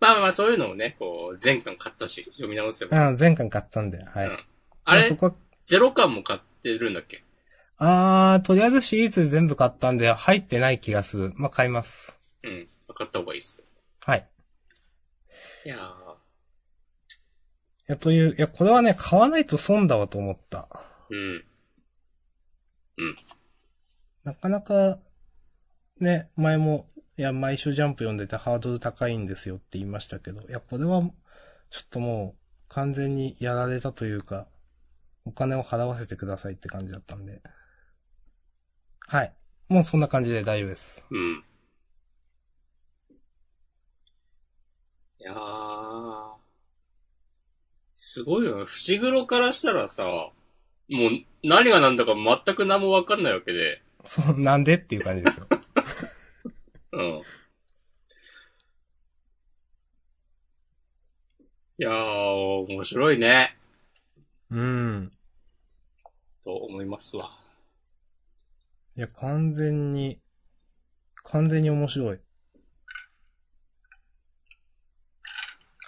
Speaker 2: まあまあそういうのをね、こう、前巻買ったし、読み直せば。
Speaker 1: あの、前回買ったんで、は
Speaker 2: うん
Speaker 1: い。
Speaker 2: あ
Speaker 1: そ
Speaker 2: れ、
Speaker 1: こは、
Speaker 2: ゼロ巻も買ってるんだっけ
Speaker 1: あー、とりあえずシリーズ全部買ったんで、入ってない気がする。まあ、買います。
Speaker 2: うん。買った方がいいっすよ。
Speaker 1: はい。
Speaker 2: いやー
Speaker 1: いや、という、いや、これはね、買わないと損だわと思った。
Speaker 2: うん。
Speaker 1: なかなか、ね、前も、いや、毎週ジャンプ読んでてハードル高いんですよって言いましたけど、いや、これは、ちょっともう、完全にやられたというか、お金を払わせてくださいって感じだったんで。はい。もうそんな感じで大丈夫です。
Speaker 2: うん。いやー。すごいよね。伏黒からしたらさ、もう何が何だか全く何もわかんないわけで。
Speaker 1: そう、なんでっていう感じですよ。
Speaker 2: うん。いやー、面白いね、
Speaker 1: うん。
Speaker 2: と思いますわ。
Speaker 1: いや、完全に、完全に面白い。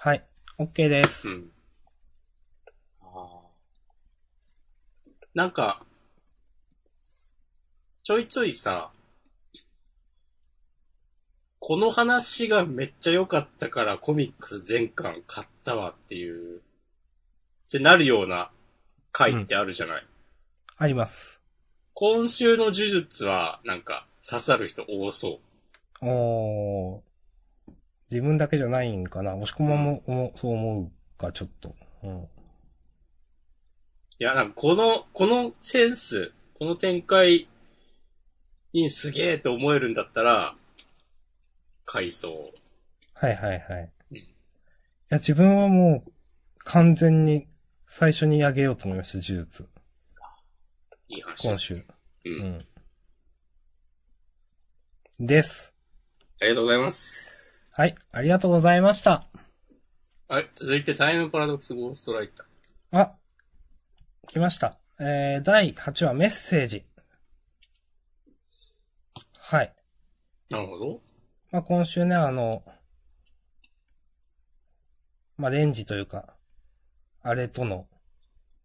Speaker 1: はい。OK です。
Speaker 2: うん。あーなんか、ちょいちょいさ、この話がめっちゃ良かったからコミックス全巻買ったわっていう、ってなるような回ってあるじゃない。
Speaker 1: あります。
Speaker 2: 今週の呪術は、なんか、刺さる人多そう。
Speaker 1: おー。自分だけじゃないんかな。押し込まんも、おそう思うか、ちょっと。うん。
Speaker 2: いや、なんかこの、このセンス、この展開にすげえと思えるんだったら、回想。
Speaker 1: はいはいはい。
Speaker 2: うん
Speaker 1: いや、自分はもう、完全に、最初にあげようと思いました、呪術。
Speaker 2: いい話で
Speaker 1: 今
Speaker 2: す。
Speaker 1: 週。
Speaker 2: うん
Speaker 1: うん。です。
Speaker 2: ありがとうございます。
Speaker 1: はい。ありがとうございました。
Speaker 2: はい、続いてタイムパラドックスゴーストライター。
Speaker 1: あ、来ました。えー、第8話、メッセージ。はい。
Speaker 2: なるほど。
Speaker 1: まあ、今週ね、あの、まあ、レンジというか、あれとの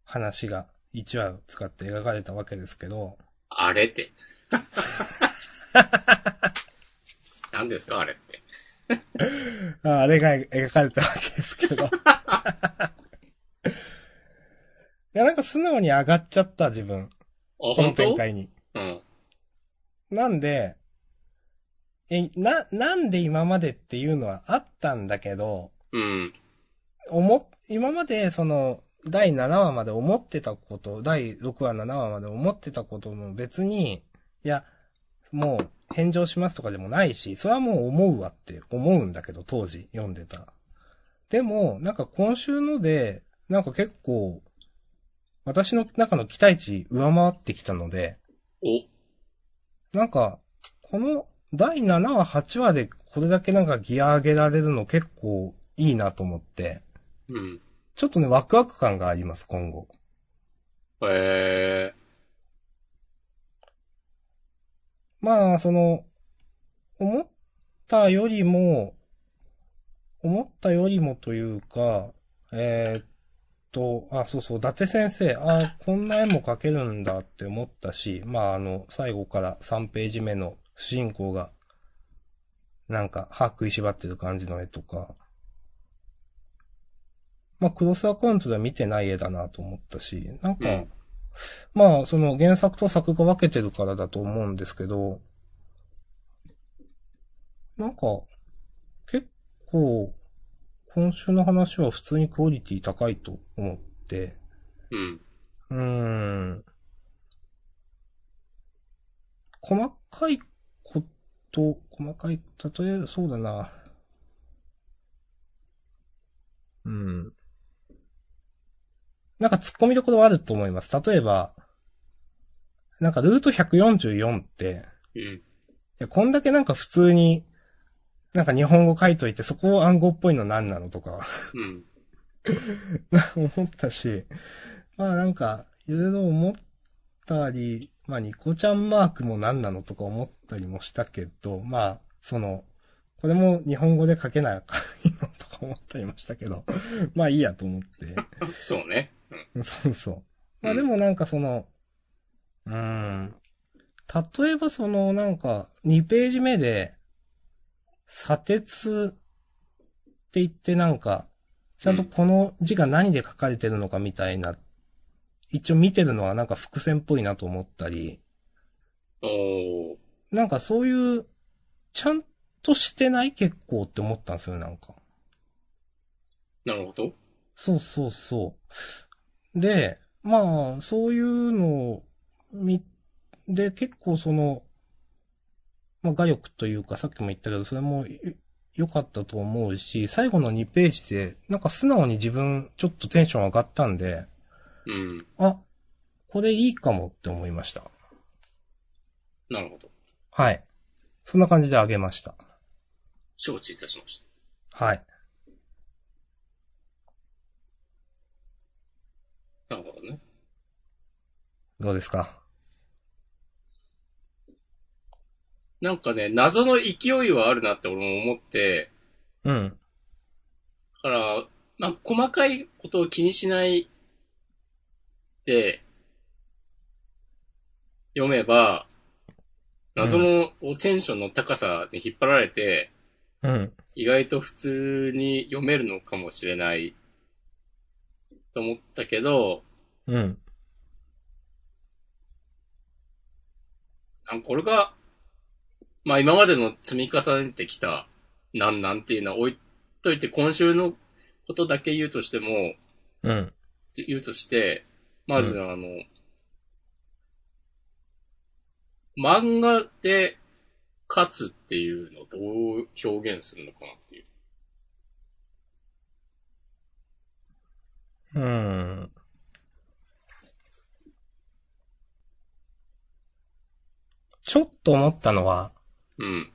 Speaker 1: 話が1話を使って描かれたわけですけど、
Speaker 2: あれって。何ですかあれって。
Speaker 1: ああれが描かれたわけですけ ど。いや、なんか素直に上がっちゃった、自分。
Speaker 2: あ、
Speaker 1: この
Speaker 2: 本当
Speaker 1: 展開に。
Speaker 2: うん。
Speaker 1: なんで、え、な、なんで今までっていうのはあったんだけど、
Speaker 2: うん。
Speaker 1: 思っ、今まで、その、第7話まで思ってたこと、第6話、7話まで思ってたことも別に、いや、もう返上しますとかでもないし、それはもう思うわって思うんだけど、当時読んでた。でも、なんか今週ので、なんか結構、私の中の期待値上回ってきたので、
Speaker 2: お、
Speaker 1: なんか、この第7話、8話でこれだけなんかギア上げられるの結構いいなと思って、
Speaker 2: うん。
Speaker 1: ちょっとね、ワクワク感があります、今後。
Speaker 2: え
Speaker 1: まあ、その、思ったよりも、思ったよりもというか、えーっと、あ、そうそう、伊達先生、あこんな絵も描けるんだって思ったし、まあ、あの、最後から3ページ目の主人公が、なんか、歯食いしばってる感じの絵とか、まあ、クロスアカウントでは見てない絵だなと思ったし、なんか、
Speaker 2: うん
Speaker 1: まあ、その原作と作が分けてるからだと思うんですけど、なんか、結構、今週の話は普通にクオリティ高いと思って、
Speaker 2: ー、
Speaker 1: う
Speaker 2: うん。
Speaker 1: ーん。細かいこと、細かい、例えばそうだな。うん。なんか突っ込みどころはあると思います。例えば、なんかルート144って、
Speaker 2: うん。
Speaker 1: いや、こんだけなんか普通に、なんか日本語書いといて、そこを暗号っぽいの何なのとか。
Speaker 2: うん。
Speaker 1: 思ったし、まあなんか、いろいろ思ったり、まあニコちゃんマークも何なのとか思ったりもしたけど、まあ、その、これも日本語で書けないのとか思ったりもしたけど、まあいいやと思って。
Speaker 2: そうね。うん。
Speaker 1: そうそう。まあ
Speaker 2: うん
Speaker 1: でもなんかその、うーん。例えばそのなんか2ページ目で、砂鉄って言ってなんか、ちゃんとこの字が何で書かれてるのかみたいな、一応見てるのはなんか伏線っぽいなと思ったり、
Speaker 2: おー。
Speaker 1: なんかそういう、ちゃんとしてない結構って思ったんですよ、なんか。
Speaker 2: なるほど。
Speaker 1: そうそうそう。で、まあ、そういうのを見、で、結構その、まあ、画力というか、さっきも言ったけど、それもよ良かったと思うし、最後の2ページで、なんか素直に自分、ちょっとテンション上がったんで、
Speaker 2: うん。
Speaker 1: あ、これいいかもって思いました。
Speaker 2: なるほど。
Speaker 1: はい。そんな感じで上げました。
Speaker 2: 承知いたしました。
Speaker 1: はい。
Speaker 2: なるほどね。
Speaker 1: どうですか
Speaker 2: なんかね、謎の勢いはあるなって俺も思って、
Speaker 1: うん。
Speaker 2: だから、まあ、細かいことを気にしないで、読めば、謎のテンションの高さに引っ張られて、
Speaker 1: うん。
Speaker 2: 意外と普通に読めるのかもしれない、と思ったけど、
Speaker 1: うん。
Speaker 2: なんか俺が、まあ今までの積み重ねてきた、なんなんっていうのは置いといて、今週のことだけ言うとしても、
Speaker 1: うん。
Speaker 2: って言うとして、まずあの、漫画で勝つっていうのをどう表現するのかなってい
Speaker 1: う
Speaker 2: う。
Speaker 1: ん。ちょっと思ったのは、
Speaker 2: うん。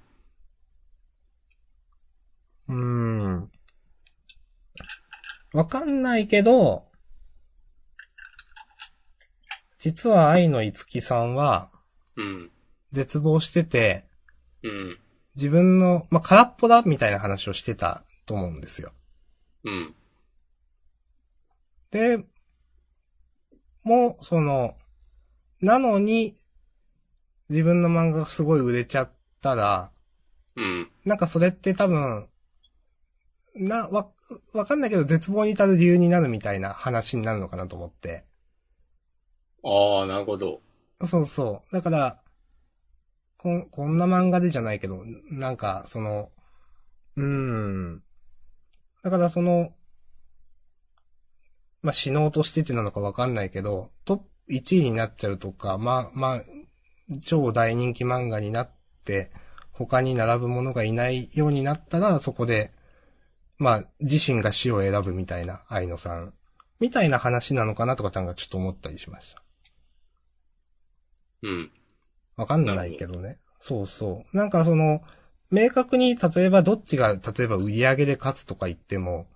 Speaker 1: うーん。わかんないけど、実は愛のいつきさんは、
Speaker 2: うん。
Speaker 1: 絶望してて、
Speaker 2: うん。
Speaker 1: 自分の、まあ、空っぽだみたいな話をしてたと思うんですよ。
Speaker 2: うん。
Speaker 1: で、もう、その、なのに、自分の漫画がすごい売れちゃったら、
Speaker 2: うん。
Speaker 1: なんかそれって多分、な、わ、わかんないけど絶望に至る理由になるみたいな話になるのかなと思って。
Speaker 2: ああ、なるほど。
Speaker 1: そうそう。だから、こん、こんな漫画でじゃないけど、なんか、その、うーん。だからその、まあ、死のうとしててなのかわかんないけど、トップ1位になっちゃうとか、まあ、まあ、超大人気漫画になって、他に並ぶものがいないようになったら、そこで、まあ、自身が死を選ぶみたいな、愛野さん。みたいな話なのかなとか、なんかちょっと思ったりしました。
Speaker 2: うん。
Speaker 1: わかんないけどね。そうそう。なんかその、明確に、例えばどっちが、例えば売り上げで勝つとか言っても、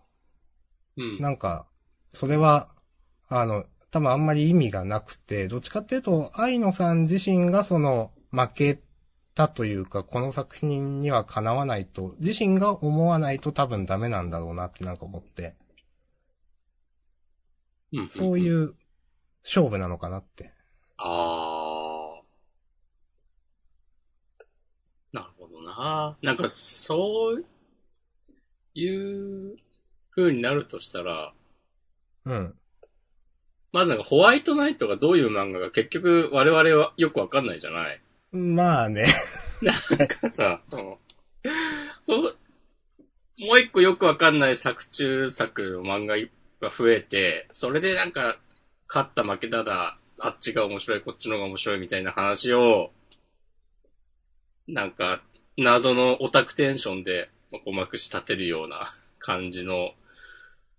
Speaker 2: うん。
Speaker 1: なんか、それは、あの、多分あんまり意味がなくて、どっちかっていうと、愛野さん自身がその、負けたというか、この作品にはかなわないと、自身が思わないと多分ダメなんだろうなってなんか思って、
Speaker 2: うんん
Speaker 1: そうい
Speaker 2: うん。
Speaker 1: う勝負なのかなって。
Speaker 2: あー。なるほどな。なんか、そういう風になるとしたら、
Speaker 1: うん。
Speaker 2: まずなんかホワイトナイトがどういう漫画か結局我々はよくわかんないじゃない
Speaker 1: まあね。
Speaker 2: なんかさ、そのこうもう一個よくわかんない作中作の漫画が増えて、それでなんか、勝った負けただ、あっちが面白い、こっちの方が面白いみたいな話を、なんか、謎のオタクテンションで、まあこうまくし立てるような感じの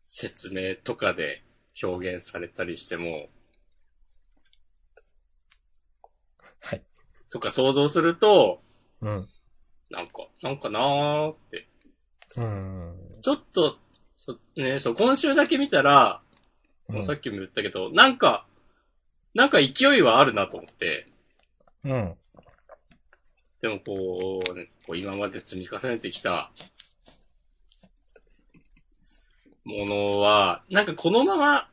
Speaker 2: 説明とかで表現されたりしても、
Speaker 1: はい。
Speaker 2: とか想像すると、
Speaker 1: うん。
Speaker 2: なんか、なんかなーって
Speaker 1: うん。
Speaker 2: ちょっと、そ、ね、そう、今週だけ見たら、もうさっきも言ったけど、なんか、なんか勢いはあるなと思って、
Speaker 1: うん。
Speaker 2: でもこう、ね、こう今まで積み重ねてきた、ものは、なんかこのまま、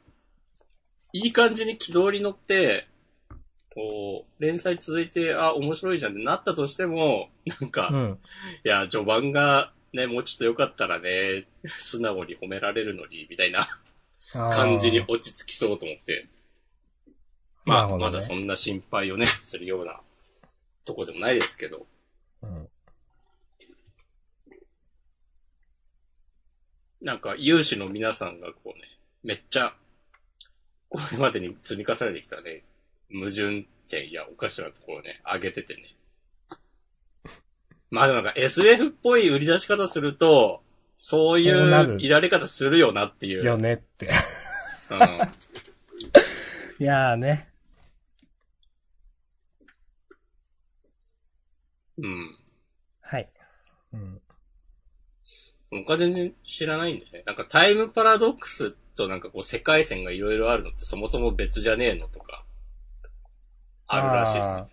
Speaker 2: いい感じに軌道に乗って、こう、連載続いて、あ、面白いじゃんってなったとしても、なんか、
Speaker 1: うん。
Speaker 2: いや、序盤がね、もうちょっと良かったらね、 素直に褒められるのに、みたいな
Speaker 1: あー
Speaker 2: 感じに。落ち着きそうと思って。ま
Speaker 1: なる
Speaker 2: あ、
Speaker 1: ほどね
Speaker 2: まだそんな心配をね、するようなとこでもないですけど。
Speaker 1: うん。
Speaker 2: なんか、有志の皆さんがこうね、めっちゃ、これまでに積み重ねてきたね、矛盾点やおかしなところをね、上げててね。まあでもなんか SF っぽい売り出し方すると、そうい
Speaker 1: そうな
Speaker 2: う
Speaker 1: る
Speaker 2: いられ方するよなっていう。
Speaker 1: よねって。
Speaker 2: うん
Speaker 1: いやーね。
Speaker 2: うん。
Speaker 1: はい。うん。
Speaker 2: 僕は全然知らないんでね。なんかタイムパラドックスとなんかこう世界線がいろいろあるのってそもそも別じゃねえのとか、あるらしいです
Speaker 1: あ。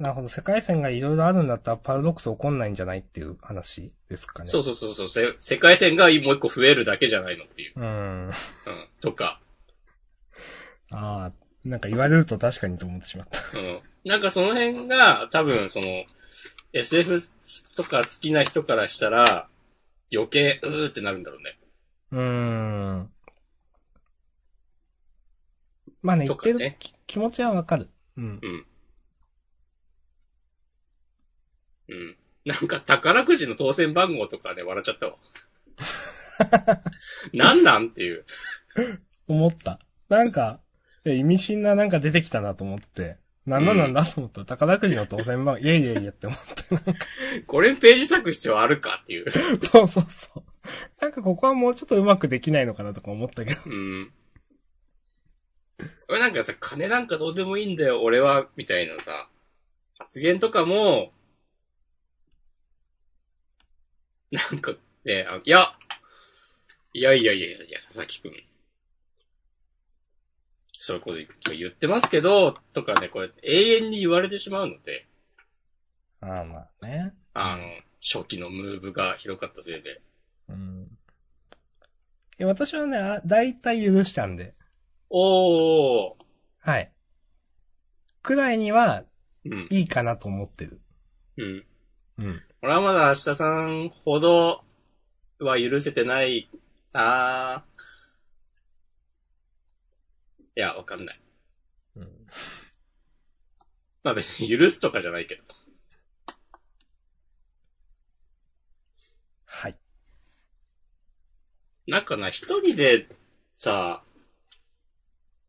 Speaker 1: ーなるほど。世界線がいろいろあるんだったらパラドックス起こんないんじゃないっていう話ですかね。
Speaker 2: そうそうそうそうせ、世界線がもう一個増えるだけじゃないのっていう。
Speaker 1: う。うん。
Speaker 2: うん。とか。
Speaker 1: ああ、なんか言われると確かにと思ってしまった。
Speaker 2: うん。なんかその辺が多分その SF とか好きな人からしたら余計うーってなるんだろうね。
Speaker 1: うーん。まあね、言
Speaker 2: と
Speaker 1: っ
Speaker 2: か
Speaker 1: てる
Speaker 2: ね
Speaker 1: き気持ちはわかる。うん。
Speaker 2: うん。なんか宝くじの当選番号とかね、笑っちゃったわ。なんなんっていう。
Speaker 1: 思った。なんか、いや意味深ななんか出てきたなと思って。なんだなんだと思った。宝くじの当選番号、いやいやいやって思って。
Speaker 2: これにページ割く必要あるかっていう。
Speaker 1: そうそうそう。なんかここはもうちょっとうまくできないのかなとか思ったけど。
Speaker 2: うん。これなんかさ、金なんかどうでもいいんだよ、俺は、みたいなさ、発言とかも、なんかね、あいや、いやいやいやいやいや、佐々木くん。そういうこと言ってますけど、とかね、これ永遠に言われてしまうので、
Speaker 1: ああ、まあね。
Speaker 2: あの、初期のムーブがひどかったせいで。
Speaker 1: うん。いや、私はね、あ大体許したんで。
Speaker 2: おー、
Speaker 1: はい。くらいには、
Speaker 2: うん、
Speaker 1: いいかなと思ってる。
Speaker 2: うん。
Speaker 1: うん。
Speaker 2: 俺はまだ明日さんほどは許せてないなぁ。いや、わかんない。まあ別に許すとかじゃないけど。
Speaker 1: はい。
Speaker 2: なんかな、一人でさ、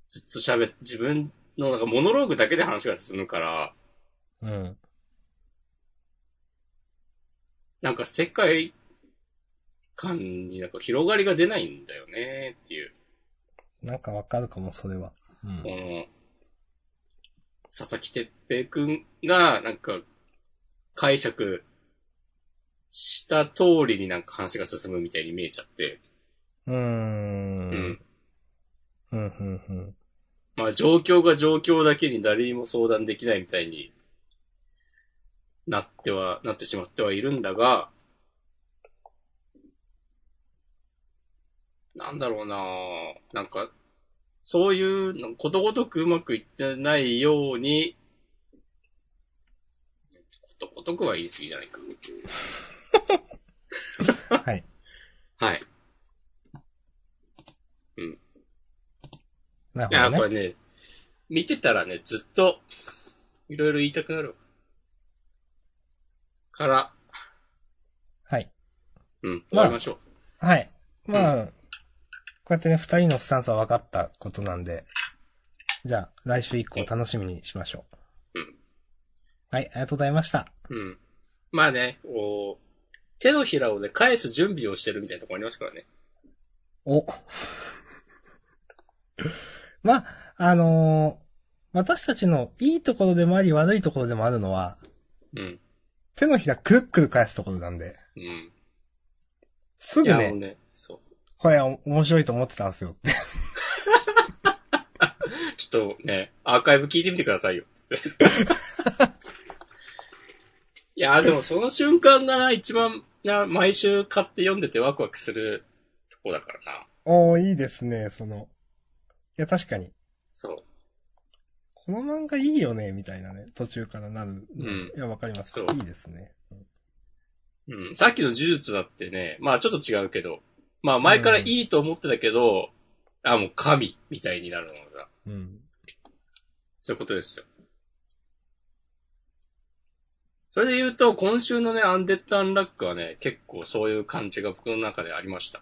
Speaker 2: ずっと喋っ、自分の、なんかモノローグだけで話が進むから、
Speaker 1: うん。
Speaker 2: なんか世界観になんか広がりが出ないんだよねっていう。
Speaker 1: なんかわかるかも、それは。うん
Speaker 2: こ。の、佐々木哲平くんが、なんか、解釈した通りになんか話が進むみたいに見えちゃって、
Speaker 1: うー
Speaker 2: うん。
Speaker 1: ん。うん、うん、うん。
Speaker 2: まあ、状況が状況だけに誰にも相談できないみたいになっては、なってしまってはいるんだが、なんだろうなぁなんか、そういうの、ことごとくうまくいってないように、ことごとくは言い過ぎじゃないか。
Speaker 1: はい。
Speaker 2: はい。
Speaker 1: ないる
Speaker 2: や、
Speaker 1: ほ
Speaker 2: こ
Speaker 1: ど
Speaker 2: れ
Speaker 1: ね。
Speaker 2: ね、見てたらね、ずっと、いろいろ言いたくなるわ。から、
Speaker 1: はい。
Speaker 2: うん、終
Speaker 1: まあ
Speaker 2: わりましょう。
Speaker 1: はい。まあ、こうやってね、二人のスタンスは分かったことなんで、じゃあ、来週以降楽しみにしましょう。
Speaker 2: うん。
Speaker 1: はい、ありがとうございました。
Speaker 2: うん。まあね、こう、手のひらをね、返す準備をしてるみたいなところありますからね。
Speaker 1: お。 まあ、あのー私たちのいいところでもあり悪いところでもあるのは、
Speaker 2: うん。
Speaker 1: 手のひらくるっくる返すところなんで、
Speaker 2: うん。
Speaker 1: す
Speaker 2: い
Speaker 1: ぐ
Speaker 2: や、も
Speaker 1: ね、
Speaker 2: うね、そ
Speaker 1: これお面白いと思ってたんですよ。
Speaker 2: う。ちょっとね、アーカイブ聞いてみてくださいよ、つって。 いや、でもその瞬間がな、一番な、毎週買って読んでてワクワクするとこだからな。
Speaker 1: おー、いいですね、その。いや、確かに。
Speaker 2: そ
Speaker 1: この漫画いいよね、みたいなね、途中からなる。
Speaker 2: うん
Speaker 1: いや、わかります。
Speaker 2: そ
Speaker 1: いういですね。
Speaker 2: う。うん。さっきの呪術だってね、まあちょっと違うけど、まあ前からいいと思ってたけど、あ、もう神みたいになるのがさ、
Speaker 1: うん。
Speaker 2: そういうことですよ。それで言うと、今週のね、アンデッド・アンラックはね、結構そういう感じが僕の中でありました。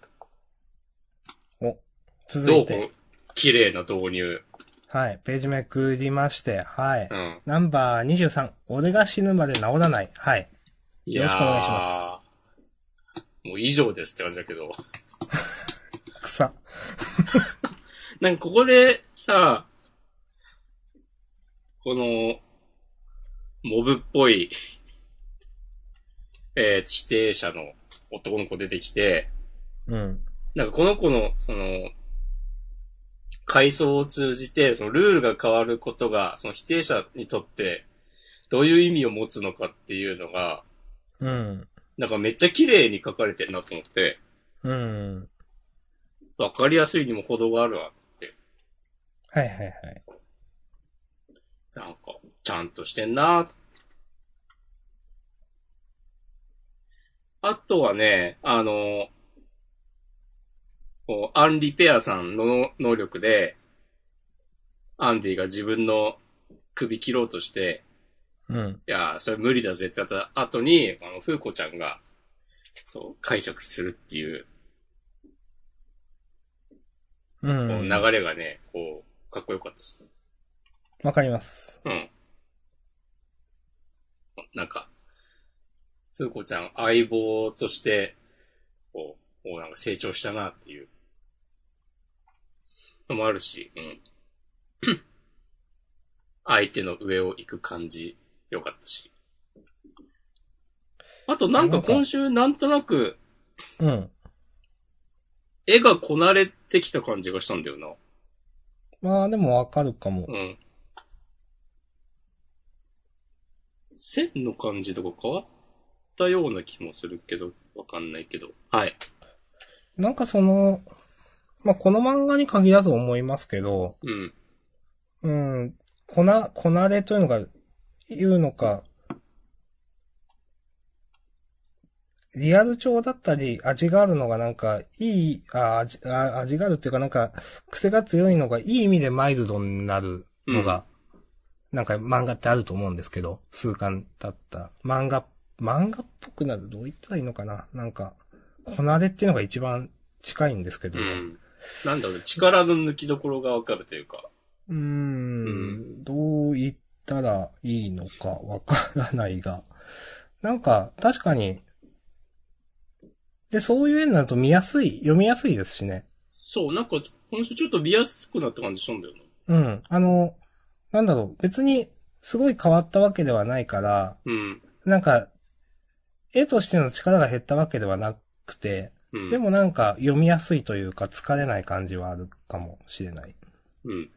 Speaker 1: 続
Speaker 2: ど
Speaker 1: いう
Speaker 2: こ
Speaker 1: て、
Speaker 2: う、綺麗な導入。
Speaker 1: はい、ページめくりまして、はい。
Speaker 2: うん。
Speaker 1: ナンバー23、俺が死ぬまで治らない。はい。
Speaker 2: い
Speaker 1: よろしくお願いし
Speaker 2: やーもう以上ですって感じだけど。
Speaker 1: 草。
Speaker 2: なんかここでさ、この、モブっぽい、えー、否定者の男の子出てきて、
Speaker 1: うん。
Speaker 2: なんかこの子の、その、回想を通じて、そのルールが変わることが、その否定者にとって、どういう意味を持つのかっていうのが、
Speaker 1: うん。
Speaker 2: なんかめっちゃ綺麗に書かれてるなと思って、
Speaker 1: うん。
Speaker 2: わかりやすいにも程があるわ。
Speaker 1: はいはいはい。
Speaker 2: なんか、ちゃんとしてんなあとはね、あの、こうアンリペアさんの能力で、アンディが自分の首切ろうとして、
Speaker 1: うん。
Speaker 2: いやー、それ無理だぜってやった後に、あの、風子ちゃんが、そう、解釈するっていう、
Speaker 1: う。
Speaker 2: こうん流れがね、こう、かっこよかったです。
Speaker 1: わかります。
Speaker 2: うん。なんか、風子ちゃん相棒として、こう、こうなんか成長したなっていうのもあるし、うん。 相手の上を行く感じ、良かったし。あとなんか今週なんとなく
Speaker 1: うん。
Speaker 2: 絵がこなれてきた感じがしたんだよな。
Speaker 1: まあでもわかるかも。
Speaker 2: うん。線の感じとか変わったような気もするけど、わかんないけど。はい。
Speaker 1: なんかその、まあこの漫画に限らず思いますけど、
Speaker 2: うん。
Speaker 1: うん、こな、こなれというのが、いうのか、リアル調だったり、味があるのがなんか、いい、あ味あ、味があるっていうかなんか、癖が強いのが、いい意味でマイルドになるのが、なんか漫画ってあると思うんですけど、数巻だった。漫画、漫画っぽくなる、どう言ったらいいのかななんか、こなれっていうのが一番近いんですけど、
Speaker 2: うん。なんだろう、力の抜きどころがわかるというか。
Speaker 1: うーん、どう言ったらいいのかわからないが。なんか、確かに、で、そういう絵になると見やすい、読みやすいですしね。
Speaker 2: そう、なんか、今週ちょっと見やすくなった感じしたんだよな。
Speaker 1: うん。あの、なんだろう、別に、すごい変わったわけではないから、
Speaker 2: うん。
Speaker 1: なんか、絵としての力が減ったわけではなくて、
Speaker 2: うん。
Speaker 1: でもなんか読みやすいというか疲れない感じはあるかもしれない。
Speaker 2: うん。
Speaker 1: い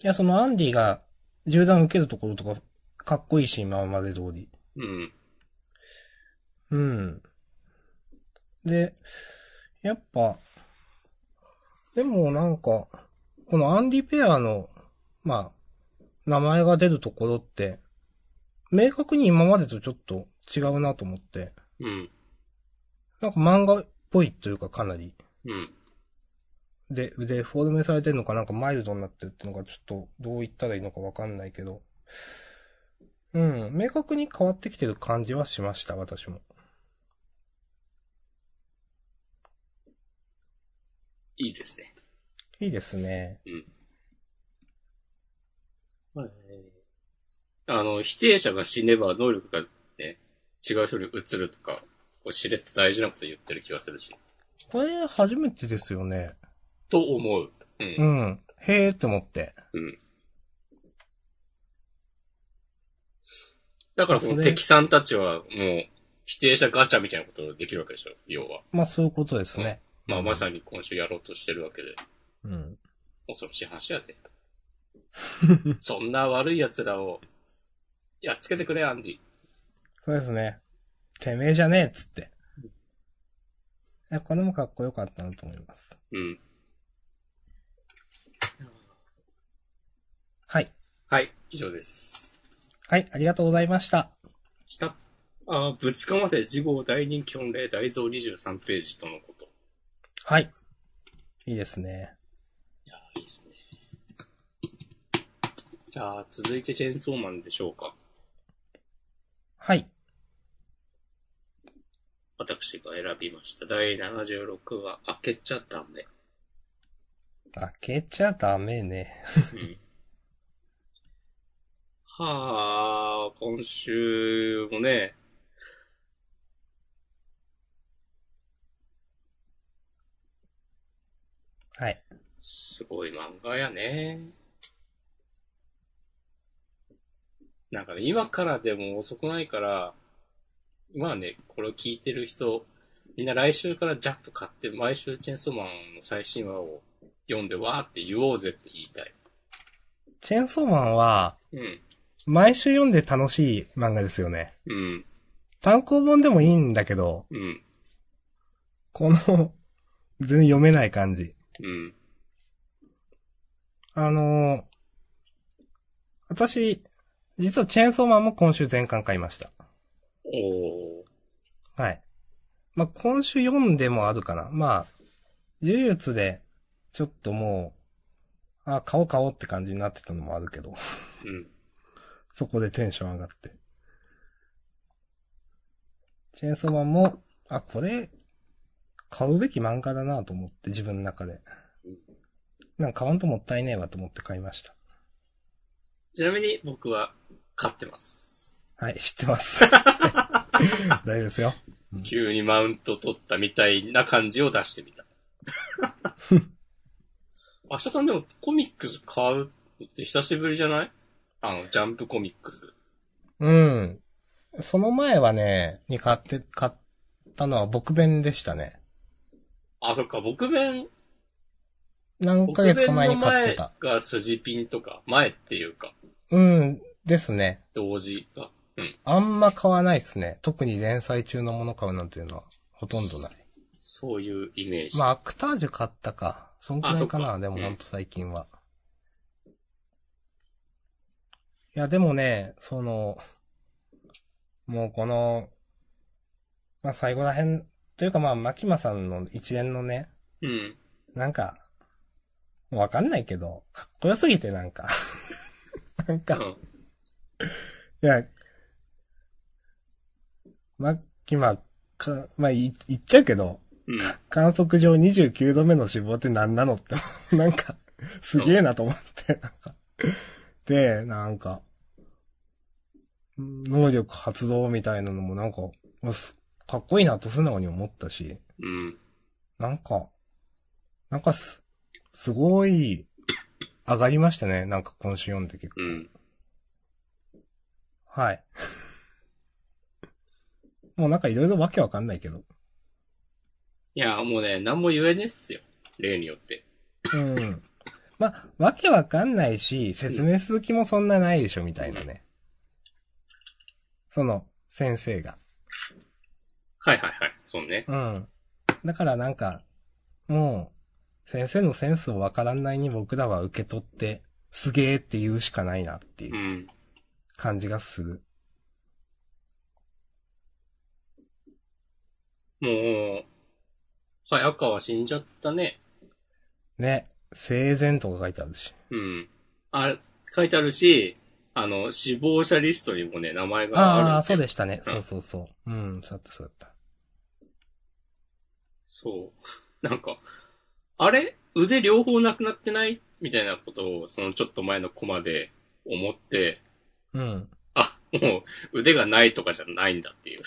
Speaker 1: や、そのアンディが銃弾受けるところとか、かっこいいし、今まで通り。
Speaker 2: うん。
Speaker 1: うん。で、やっぱ、でもなんか、このアンディペアの、まあ、名前が出るところって、明確に今までとちょっと違うなと思って、
Speaker 2: うん。
Speaker 1: なんか漫画っぽいというかかなり。
Speaker 2: うん。
Speaker 1: で、で、フォルメされてるのかなんかマイルドになってるってのがちょっとどう言ったらいいのかわかんないけど。うん、明確に変わってきてる感じはしました、私も。
Speaker 2: いいですね。
Speaker 1: いいですね。
Speaker 2: あの、否定者が死ねば能力がね、違う人に移るとか、こうしれっと大事なこと言ってる気がするし。
Speaker 1: これ初めてですよね。
Speaker 2: と思う。うん
Speaker 1: う。ん。へえって思って。
Speaker 2: だからこ
Speaker 1: そ
Speaker 2: の
Speaker 1: れ
Speaker 2: 敵さんたちはもう、否定者ガチャみたいなことができるわけでしょ、要は。
Speaker 1: まあそういうことですね。
Speaker 2: まあまさに今週やろうとしてるわけで、
Speaker 1: うん。
Speaker 2: 恐ろしい話やで。そんな悪い奴らを、やっつけてくれ、アンディ。
Speaker 1: そうですね。てめえじゃねえっつって。いや、これもかっこよかったなと思います。
Speaker 2: うん。
Speaker 1: はい。
Speaker 2: はい、以上です。
Speaker 1: はい、ありがとうございました。
Speaker 2: 下。あーぶちかませ、次号大人気本例、大蔵23ページとのこと。
Speaker 1: はい。いいですね。
Speaker 2: いやー、いいですね。じゃあ、続いてチェーンソーマンでしょうか。
Speaker 1: はい。
Speaker 2: 私が選びました。第76話、開けちゃダメ。
Speaker 1: 開けちゃダメね。
Speaker 2: うんはあ、今週もね、
Speaker 1: はい。
Speaker 2: すごい漫画やね。なんかね、今からでも遅くないから、まあね、これを聞いてる人、みんな来週からジャンプ買って、毎週チェンソーマンの最新話を読んで、わーって言おうぜって言いたい。
Speaker 1: チェーンソーマンは、
Speaker 2: うん。
Speaker 1: 毎週読んで楽しい漫画ですよね。
Speaker 2: うん。
Speaker 1: 単行本でもいいんだけど、
Speaker 2: うん。
Speaker 1: この、全然読めない感じ。
Speaker 2: うん。
Speaker 1: あのー私、実はチェーンソーマンも今週全巻買いました。
Speaker 2: おー。
Speaker 1: はい。まあ、今週読んでもあるかな。まあ、呪術で、ちょっともう、あ、買おう買おうって感じになってたのもあるけど、
Speaker 2: うん。
Speaker 1: そこでテンション上がって。チェーンソーマンも、あ、これ、買うべき漫画だなと思って、自分の中で
Speaker 2: うん。
Speaker 1: なんか買わんともったいねえわと思って買いました。
Speaker 2: ちなみに僕は勝ってます。
Speaker 1: はい、知ってます。 大丈夫ですよ。
Speaker 2: 急にマウント取ったみたいな感じを出してみ た。明日さんでもコミックス買うって久しぶりじゃないあの、ジャンプコミックス。
Speaker 1: うん。その前はね、に買って、買ったのは僕弁でしたね。
Speaker 2: あ、そっか、僕弁、
Speaker 1: 何ヶ
Speaker 2: 僕
Speaker 1: 月
Speaker 2: 弁
Speaker 1: か
Speaker 2: の
Speaker 1: 前に買って
Speaker 2: 前
Speaker 1: た。
Speaker 2: が筋ピンとか、前っていうか、
Speaker 1: うん、ですね。
Speaker 2: 同時が。うん。
Speaker 1: あんま買わないっすね。特に連載中のもの買うなんていうのは、ほとんどない。
Speaker 2: そういうイメージ。
Speaker 1: まあ、アクタージュ買ったか。そんくらいか
Speaker 2: あそっ
Speaker 1: な。
Speaker 2: か
Speaker 1: でも
Speaker 2: うん
Speaker 1: ほんと最近は。いや、でもね、その、もうこの、まあ最後ら辺、というかまあ、牧間さんの一連のね、
Speaker 2: うん。
Speaker 1: なんか、もうわかんないけど、かっこよすぎてなんか。 なん
Speaker 2: う
Speaker 1: か、
Speaker 2: ん。
Speaker 1: いや、ま、今、か、まあ、い言っちゃうけど、
Speaker 2: うん。
Speaker 1: 観測上29度目の死亡って何なのって、 なんか、すげえなと思って、なんか。で、なんか、能力発動みたいなのもなんか、すかっこいいなと素直に思ったし、
Speaker 2: うん。
Speaker 1: なんか、なんかす、すごい、上がりましたね。なんか今週読んで結構。
Speaker 2: うん。
Speaker 1: はい。 もうなんかいろいろわけわかんないけど。
Speaker 2: いや、もうね、何も言えねえっすよ。例によって。
Speaker 1: うん。まあ、わけわかんないし、説明する気もそんなないでしょ、みたいなね。その、先生が。
Speaker 2: はいはいはい。そうね。。
Speaker 1: うん。だからなんか、もう、先生のセンスをわからんないに僕らは受け取って、すげえって言うしかないなっていううん感じがする。
Speaker 2: もう、早川死んじゃったね。
Speaker 1: ね。生前とか書いてあるし。
Speaker 2: うん。あ、書いてあるし、あの、死亡者リストにもね、名前があるん
Speaker 1: ああー、
Speaker 2: です
Speaker 1: そ
Speaker 2: よ。
Speaker 1: うでしたね。
Speaker 2: うん
Speaker 1: そうそうそう。うん、そうだった、そうだった。
Speaker 2: そう。 なんか、あれ腕両方なくなってないみたいなことを、そのちょっと前のコマで思って、
Speaker 1: うん。
Speaker 2: あ、もう腕がないとかじゃないんだっていう。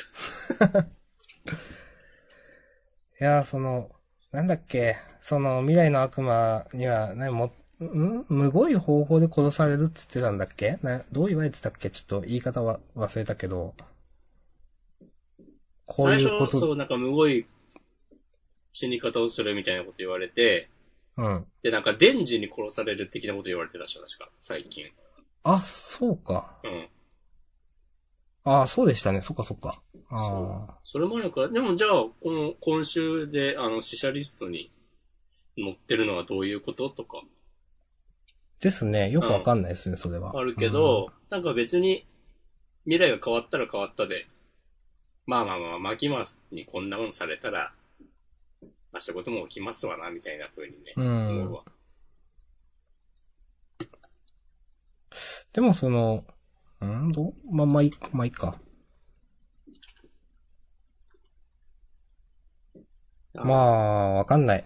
Speaker 1: いやー、その、なんだっけ、その、未来の悪魔にはね、も、んむごい方法で殺されるって言ってたんだっけな、どう言われてたっけちょっと言い方は忘れたけど。こう
Speaker 2: 最
Speaker 1: いうこ
Speaker 2: 初、そ
Speaker 1: と、
Speaker 2: う、なんかむごい死に方をするみたいなこと言われて、
Speaker 1: うん。
Speaker 2: で、なんか、デンジに殺される的なこと言われてたっしょ、確か、最近。
Speaker 1: あ、そうか。
Speaker 2: うん。
Speaker 1: あーそうでしたね。そっかそっか。
Speaker 2: そ
Speaker 1: あ
Speaker 2: う。それもあるから、でもじゃあ、この、今週で、あの、死者リストに載ってるのはどういうこととか、
Speaker 1: ーですね。よくわかんないですね、それは。
Speaker 2: あるけど、なんか別に、未来が変わったら変わったで、まあまあまあ、巻きますにこんなもんされたら、まあ、そういうことも起きますわな、みたいな風にね、
Speaker 1: うん、
Speaker 2: 思
Speaker 1: う。
Speaker 2: うんわ。
Speaker 1: でもその、うんどうまあ、まあ、いい、まあ、いいか。ま
Speaker 2: あ、
Speaker 1: あ、わかんない。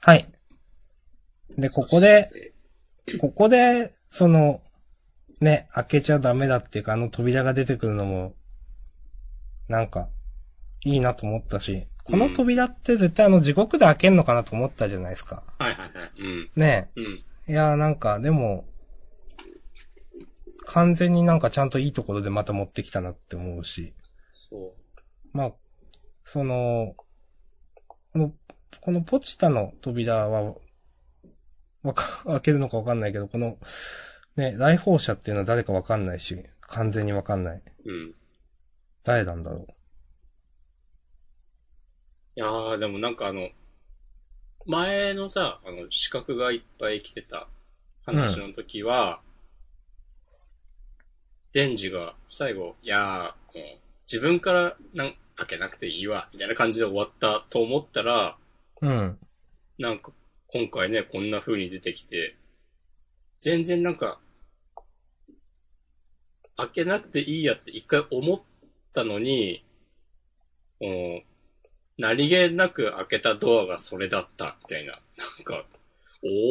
Speaker 1: はい。で、ここで
Speaker 2: そ、して、
Speaker 1: ここで、その、ね、開けちゃダメだっていうか、あの扉が出てくるのも、なんか、いいなと思ったし、この扉って絶対あの地獄で開けんのかなと思ったじゃないですか。
Speaker 2: はいはいはい。うん。
Speaker 1: ね
Speaker 2: うん。
Speaker 1: え。いやーなんか、でも、完全になんかちゃんといいところでまた持ってきたなって思うし。
Speaker 2: そ
Speaker 1: まあ、その、この、このポチタの扉は、わか、開けるのかわかんないけど、この、ね、来訪者っていうのは誰かわかんないし、完全にわかんない。
Speaker 2: う。うん。
Speaker 1: 誰なんだろ
Speaker 2: いやー、でもなんかあの、前のさ、あの、資格がいっぱい来てた話の時は、デンジが最後、いやー、もう自分からなん開けなくていいわ、みたいな感じで終わったと思ったら、
Speaker 1: う。うん。
Speaker 2: なんか今回ね、こんな風に出てきて、全然なんか、開けなくていいやって一回思ったのに、お何気なく開けたドアがそれだった、みたいな。なんか、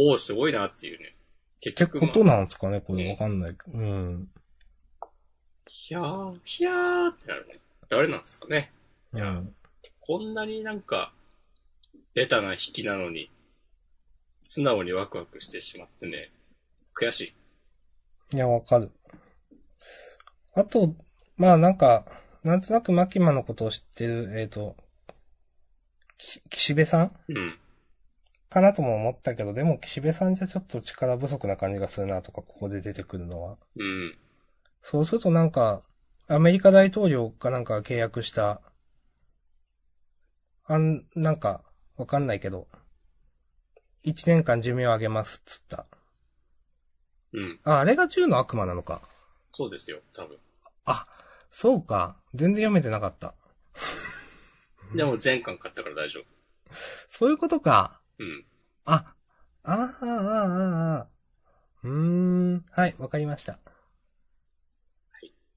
Speaker 2: おー、すごいなっていうね。結
Speaker 1: って
Speaker 2: 局、
Speaker 1: こ
Speaker 2: まあ
Speaker 1: となんですかね、これわかんない。うん。
Speaker 2: ひゃー、ひゃーってなるね。誰なんですかね。いや
Speaker 1: うん
Speaker 2: こんなになんか、ベタな引きなのに、素直にワクワクしてしまってね、悔しい。
Speaker 1: いや、わかる。あと、まあなんか、なんとなくマキマのことを知ってる、えっ、と、き岸辺さん
Speaker 2: うん。
Speaker 1: かなとも思ったけど、でも岸辺さんじゃちょっと力不足な感じがするなとか、ここで出てくるのは。
Speaker 2: うん。
Speaker 1: そうするとなんか、アメリカ大統領かなんかが契約した、あん、なんか、わかんないけど、1年間寿命を上げますっつった。
Speaker 2: うん。
Speaker 1: あ、あれが銃の悪魔なのか。
Speaker 2: そうですよ、多分。
Speaker 1: あ、そうか。全然読めてなかった。
Speaker 2: でも全巻買ったから大丈夫。
Speaker 1: そういうことか。
Speaker 2: うん。
Speaker 1: あ、ああ、ああ、ああ。うーん、はい、わかりました。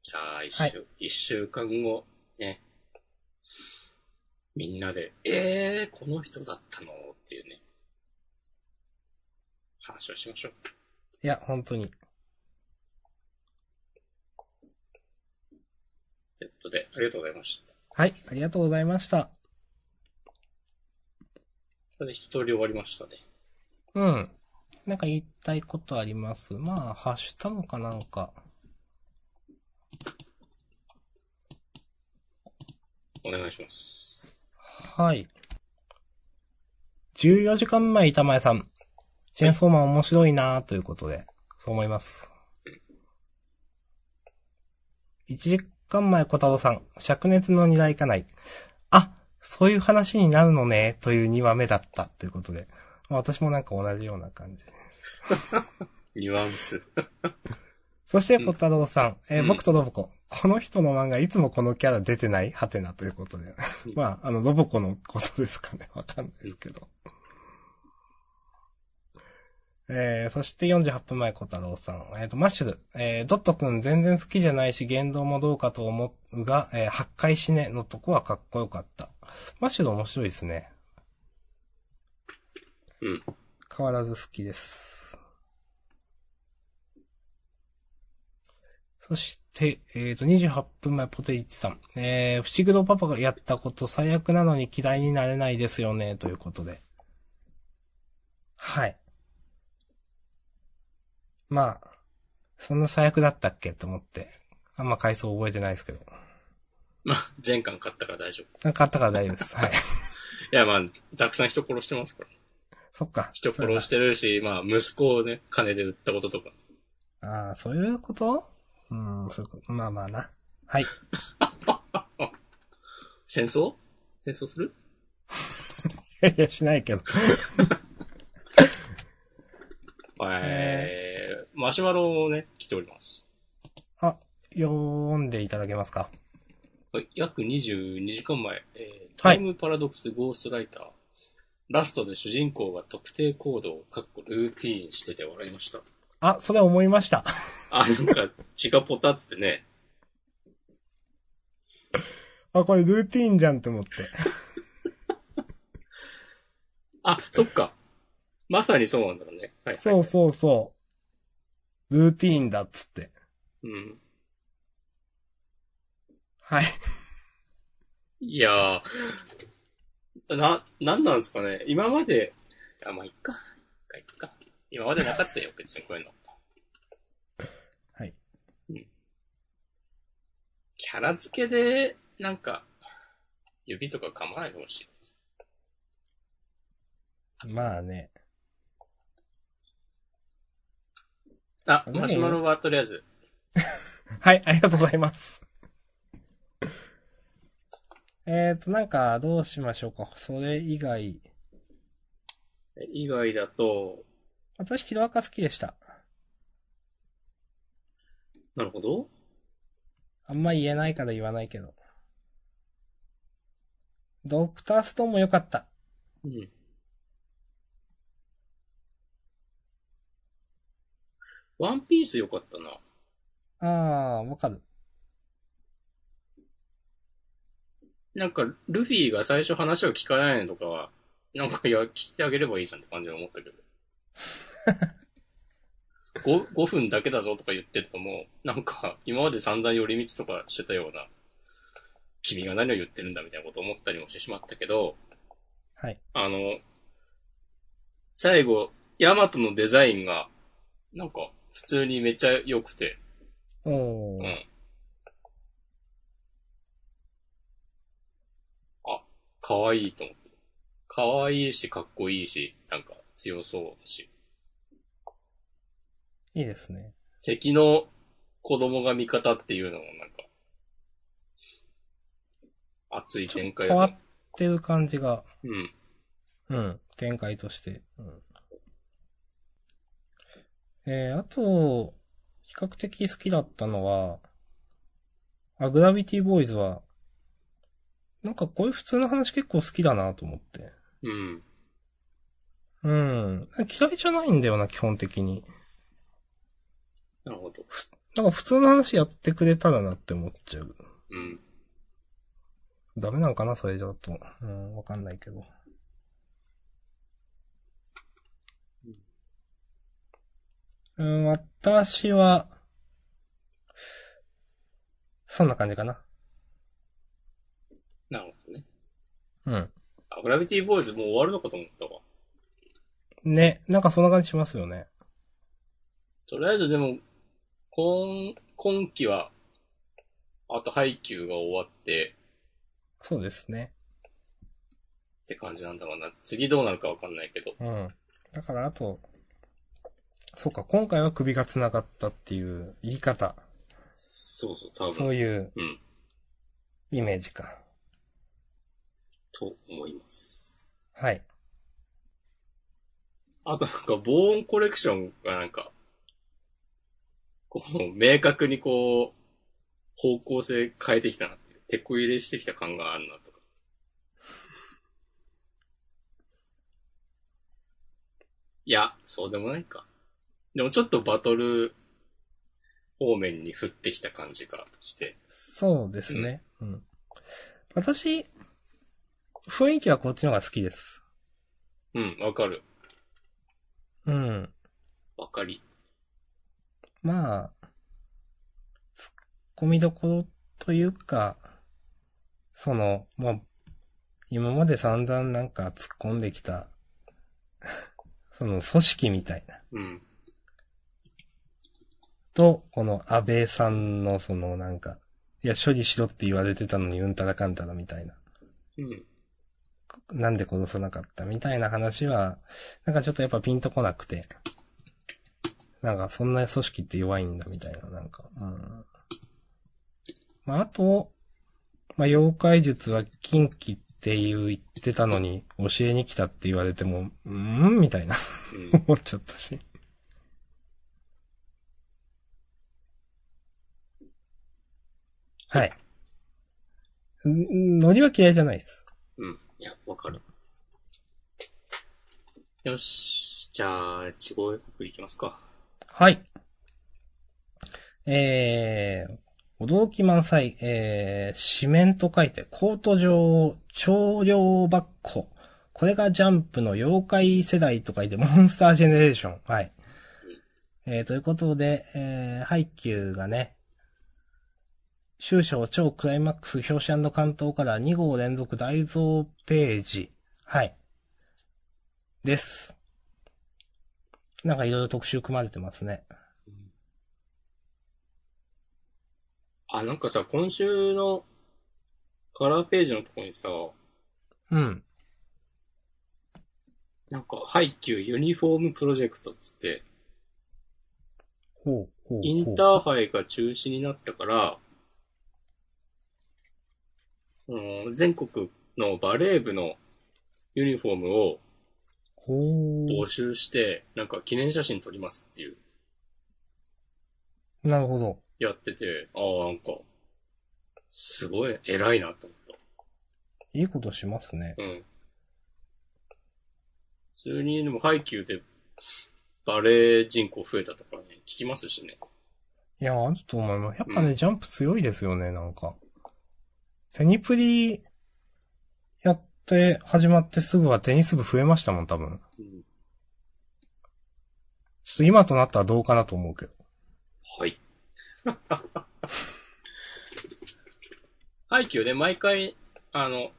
Speaker 2: じゃあ、一週、一、週間後、ね。みんなで、えー、この人だったのっていうね。話をしましょう。
Speaker 1: いや、本当に。
Speaker 2: ということで、ありがとうございました。
Speaker 1: はい、ありがとうございました。
Speaker 2: これで一通り終わりましたね。
Speaker 1: うん。なんか言いたいことありますまあ、ハッシュタグかなんか。
Speaker 2: お願いします。
Speaker 1: はい。14時間前、板前さん。チェーンソーマン面白いなということで、そう思います。1時間前、小太郎さん。灼熱の二台かない。あ、そういう話になるのね、という2話目だった、ということで。まあ私もなんか同じような感じ。
Speaker 2: ニュアンス。
Speaker 1: そして、小太郎さん。えー
Speaker 2: うん
Speaker 1: 僕とロボコ。この人の漫画、いつもこのキャラ出てないはてなということで。まあ、あの、ロボコのことですかね。わかんないですけど。えー、そして48分前、小太郎さん。えっ、と、マッシュル。えー、ドットくん全然好きじゃないし、言動もどうかと思うが、えー、発壊しねのとこはかっこよかった。マッシュル面白いですね。
Speaker 2: うん。
Speaker 1: 変わらず好きです。そして、えっ、と、28分前、ポテイチさん。えー、伏黒パパがやったこと最悪なのに嫌いになれないですよね、ということで。はい。まあ、そんな最悪だったっけと思って。あんま回想覚えてないですけど。
Speaker 2: まあ、前巻買ったから大丈夫。
Speaker 1: なんかあったから大丈夫です。はい。
Speaker 2: いや、まあ、たくさん人殺してますから。
Speaker 1: そっか。
Speaker 2: 人殺してるし、まあ、息子をね、金で売ったこととか。
Speaker 1: ああ、そういうことうん、そういうこと。まあまあな。はい。
Speaker 2: 戦争戦争する
Speaker 1: いやいや、しないけど。
Speaker 2: えー、マシュマロをね、来ております。
Speaker 1: 読んでいただけますか
Speaker 2: はい約22時間前、えー、
Speaker 1: は
Speaker 2: タ
Speaker 1: い
Speaker 2: イムパラドックスゴーストライター。ラストで主人公が特定行動を、かっこルーティーンしてて笑いました。
Speaker 1: あ、それ思いました。
Speaker 2: あ、なんか、血がポタっつってね。
Speaker 1: あ、これルーティーンじゃんって思って。
Speaker 2: あ、そっか。まさにそうなんだろうね。はい、はい。
Speaker 1: そうそうそう。ルーティーンだっつって。
Speaker 2: うん。
Speaker 1: はい。
Speaker 2: いやー、な、なんなんですかね。今まで、あ、まあ、いっか。いっか、いっか。今までなかったよ、別にこういうの。
Speaker 1: はい。
Speaker 2: キャラ付けで、なんか、指とか噛まないでほしい。
Speaker 1: まあね。
Speaker 2: あ、
Speaker 1: 何
Speaker 2: マシュマロはとりあえず、
Speaker 1: はい、ありがとうございます。えっと、なんか、どうしましょうか。それ以外。
Speaker 2: 以外だと、
Speaker 1: 私、ヒロアカ好きでした。
Speaker 2: なるほど。
Speaker 1: あんま言えないから言わないけど。ドクターストーンも良かった。
Speaker 2: うん。ワンピース良かったな。
Speaker 1: あー、わかる。
Speaker 2: なんか、ルフィが最初話を聞かないのとかは、なんか、いや、聞いてあげればいいじゃんって感じで思ったけど。5, 5分だけだぞとか言ってるのも、なんか、今まで散々寄り道とかしてたような、君が何を言ってるんだみたいなこと思ったりもしてしまったけど、
Speaker 1: はい。
Speaker 2: あの、最後、ヤマトのデザインが、なんか、普通にめっちゃ良くて、
Speaker 1: おー。
Speaker 2: うん。あ、可愛いと思って。可愛いし、かっこいいし、なんか強そうだし。
Speaker 1: いいですね。
Speaker 2: 敵の子供が味方っていうのもなんか、熱い展開だ
Speaker 1: 変わ
Speaker 2: な
Speaker 1: っ。てる感じが。
Speaker 2: うん。
Speaker 1: うん。展開として。うん。えー、あと、比較的好きだったのは、あ、グラビティボーイズは、なんかこういう普通の話結構好きだなと思って。
Speaker 2: うん。
Speaker 1: うん。嫌いじゃないんだよな、基本的に。
Speaker 2: なるほど。
Speaker 1: なんか普通の話やってくれたらなって思っちゃう。
Speaker 2: うん。
Speaker 1: ダメなのかなそれじゃと。うん、わかんないけど。うん、私は、そんな感じかな。
Speaker 2: なるほどね。
Speaker 1: うん。
Speaker 2: あ、グラビティボーイズもう終わるのかと思ったわ。
Speaker 1: ね、なんかそんな感じしますよね。
Speaker 2: とりあえずでも、今、今期は、あと配給が終わって
Speaker 1: そうですね。
Speaker 2: って感じなんだろうな。次どうなるかわかんないけど。
Speaker 1: うん。だからあと、そうか、今回は首が繋がったっていう言い方。
Speaker 2: そうそう、多
Speaker 1: そ
Speaker 2: 分。
Speaker 1: ういう
Speaker 2: うん。
Speaker 1: イメージか。
Speaker 2: と思います。
Speaker 1: はい。
Speaker 2: あとなんか、防音コレクションがなんか、こう、明確にこう、方向性変えてきたなっていう。手こ入れしてきた感があるなとか。いや、そうでもないか。でもちょっとバトル方面に振ってきた感じがして。
Speaker 1: そうですね。うん。私、雰囲気はこっちの方が好きです。
Speaker 2: うん、わかる。
Speaker 1: うん。
Speaker 2: わかり。
Speaker 1: まあ、ツッコミどころというか、その、まあ、今まで散々なんか突っ込んできた、 その組織みたいな。
Speaker 2: うん。
Speaker 1: と、この安倍さんのそのなんか、いや、処理しろって言われてたのにうんたらかんたらみたいな。
Speaker 2: うん。
Speaker 1: なんで殺さなかったみたいな話は、なんかちょっとやっぱピンとこなくて。なんかそんな組織って弱いんだみたいな、なんか。うん。まあ、あと、まあ、妖怪術は近畿っていう言ってたのに、教えに来たって言われても、うーんみたいな
Speaker 2: うん。
Speaker 1: 思っちゃったし。はい。んノリは嫌いじゃないです。
Speaker 2: うん。いや、わかる。よし。じゃあ、地方予告いきますか。
Speaker 1: はい。えー、驚き満載、えー、紙面と書いて、コート上、超量バッコ。これがジャンプの妖怪世代と書いて、モンスタージェネレーション。はい。えー、ということで、えー、配給がね、終章超クライマックス表紙関東から2号連続大増ページ。はい。です。なんかいろいろ特集組まれてますね。
Speaker 2: あ、なんかさ、今週のカラーページのとこにさ、
Speaker 1: うん。
Speaker 2: なんか、ハイキューユニフォームプロジェクトっつって、
Speaker 1: ほうほうほう
Speaker 2: インターハイが中止になったから、うん、全国のバレー部のユニフォームを
Speaker 1: ほ
Speaker 2: 募集して、なんか記念写真撮りますっていう、
Speaker 1: う。なるほど。
Speaker 2: やってて、ああ、なんか、すごい偉いなと思った。
Speaker 1: いいことしますね。
Speaker 2: うん。普通に、でも、ハイキューで、バレー人口増えたとかね、聞きますしね。
Speaker 1: いや、あると思います。やっぱね、
Speaker 2: うん
Speaker 1: ジャンプ強いですよね、なんか。テニプリ、やって、始まってすぐはテニス部増えましたもん、多分。
Speaker 2: うん。
Speaker 1: ちょっと今となったらどうかなと思うけど。
Speaker 2: はい。ハイキューで毎回、あの、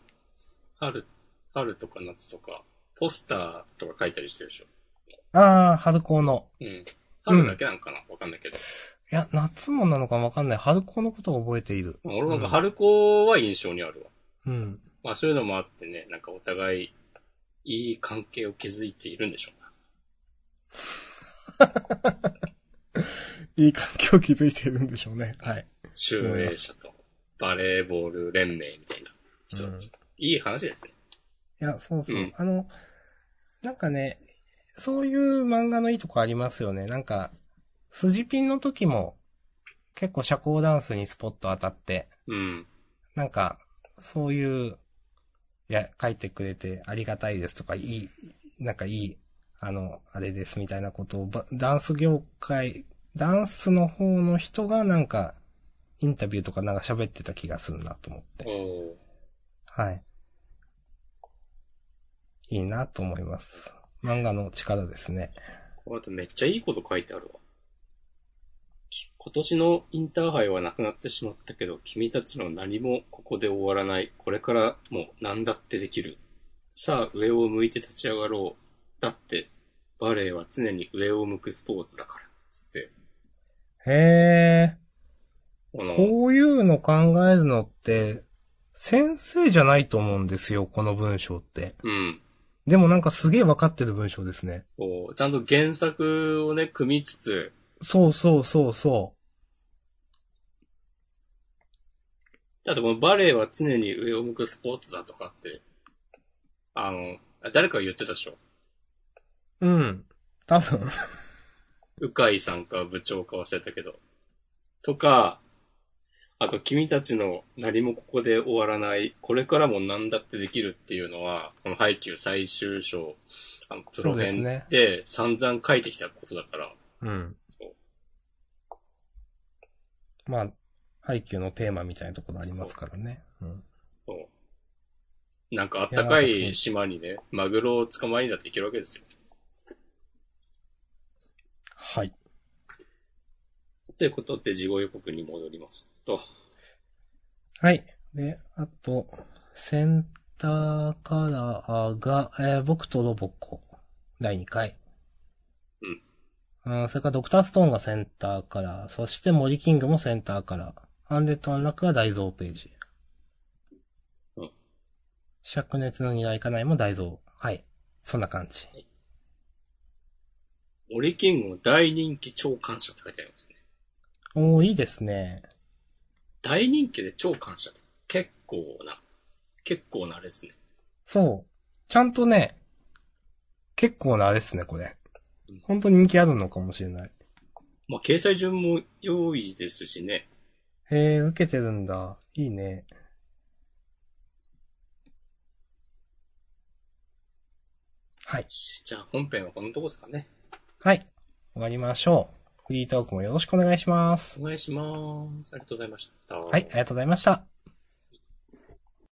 Speaker 2: 春、春とか夏とか、ポスターとか書いたりしてるでしょ。
Speaker 1: あー、春高の。
Speaker 2: うん。春だけなんかなわかんないけど。
Speaker 1: いや、夏もなのかわかんない。春高のことを覚えている。
Speaker 2: まあ俺なんか春子は印象にあるわ。
Speaker 1: うん。
Speaker 2: まあそういうのもあってね、なんかお互い、いい関係を築いているんでしょうな。
Speaker 1: いい環境を築いているんでしょうね。はい。
Speaker 2: 集英社とバレーボール連盟みたいな人たち。いい話ですね。
Speaker 1: いや、そうそう。
Speaker 2: うん
Speaker 1: あの、なんかね、そういう漫画のいいとこありますよね。なんか、スジピンの時も、結構社交ダンスにスポット当たって、
Speaker 2: うん。
Speaker 1: なんか、そういう、いや、書いてくれてありがたいですとか、いい、なんかいい、あの、あれですみたいなことをば、ダンス業界、ダンスの方の人がなんか、インタビューとかなんか喋ってた気がするなと思って。
Speaker 2: おー
Speaker 1: はい。いいなと思います。漫画の力ですね。
Speaker 2: あとめっちゃいいこと書いてあるわ。き今年のインターハイはなくなってしまったけど、君たちの何もここで終わらない。これからも何だってできる。さあ、上を向いて立ち上がろう。だって、バレエは常に上を向くスポーツだから。つって、
Speaker 1: へ
Speaker 2: こ
Speaker 1: え、
Speaker 2: の、
Speaker 1: こういうの考えるのって、先生じゃないと思うんですよ、この文章って。
Speaker 2: うん。
Speaker 1: でもなんかすげえわかってる文章ですね。
Speaker 2: こう、ちゃんと原作をね、組みつつ、
Speaker 1: そうそうそうそ
Speaker 2: だってこのバレエは常に上を向くスポーツだとかって、あの、あ誰かが言ってたでしょ
Speaker 1: う。うん。多分。
Speaker 2: うかいさんか部長か忘れたけど。とか、あと君たちの何もここで終わらない、これからも何だってできるっていうのは、このハイキュー最終章、あの、プ
Speaker 1: そ
Speaker 2: ロ
Speaker 1: うで
Speaker 2: 編
Speaker 1: す
Speaker 2: で散々書いてきたことだから、
Speaker 1: うん
Speaker 2: そう。
Speaker 1: まあ、配給のテーマみたいなところありますからね。うん。
Speaker 2: そう。なんかあっ
Speaker 1: い
Speaker 2: たか
Speaker 1: やなんかそう
Speaker 2: い島にね、マグロを捕まえにだっていけるわけですよ。
Speaker 1: はい。
Speaker 2: ということで、事後予告に戻りますと。
Speaker 1: はい。で、あと、センターカラーが、えー僕とロボコ、第2回。うん。それからドクターストーンがセンターカラー、そして森キングもセンターカラー、アンデッドアンラックは大蔵ページ。
Speaker 2: うん。
Speaker 1: 灼熱の似合いかないも大蔵。はい。そんな感じ。
Speaker 2: 森キングの大人気超感謝って書いてありますね。
Speaker 1: おー、いいですね。
Speaker 2: 大人気で超感謝って結構な、結構なあれですね。
Speaker 1: そう。ちゃんとね、結構なあれっすね、これ
Speaker 2: うん。
Speaker 1: 本当に人気あるのかもしれない。
Speaker 2: まあ、掲載順も用意ですしね。
Speaker 1: へえ、受けてるんだ。いいね。はい。
Speaker 2: じゃあ本編はこのとこですかね。
Speaker 1: はい。終わりましょう。フリートークもよろしくお願いします。
Speaker 2: お願いします。ありがとうございました。
Speaker 1: はい、ありがとうございました。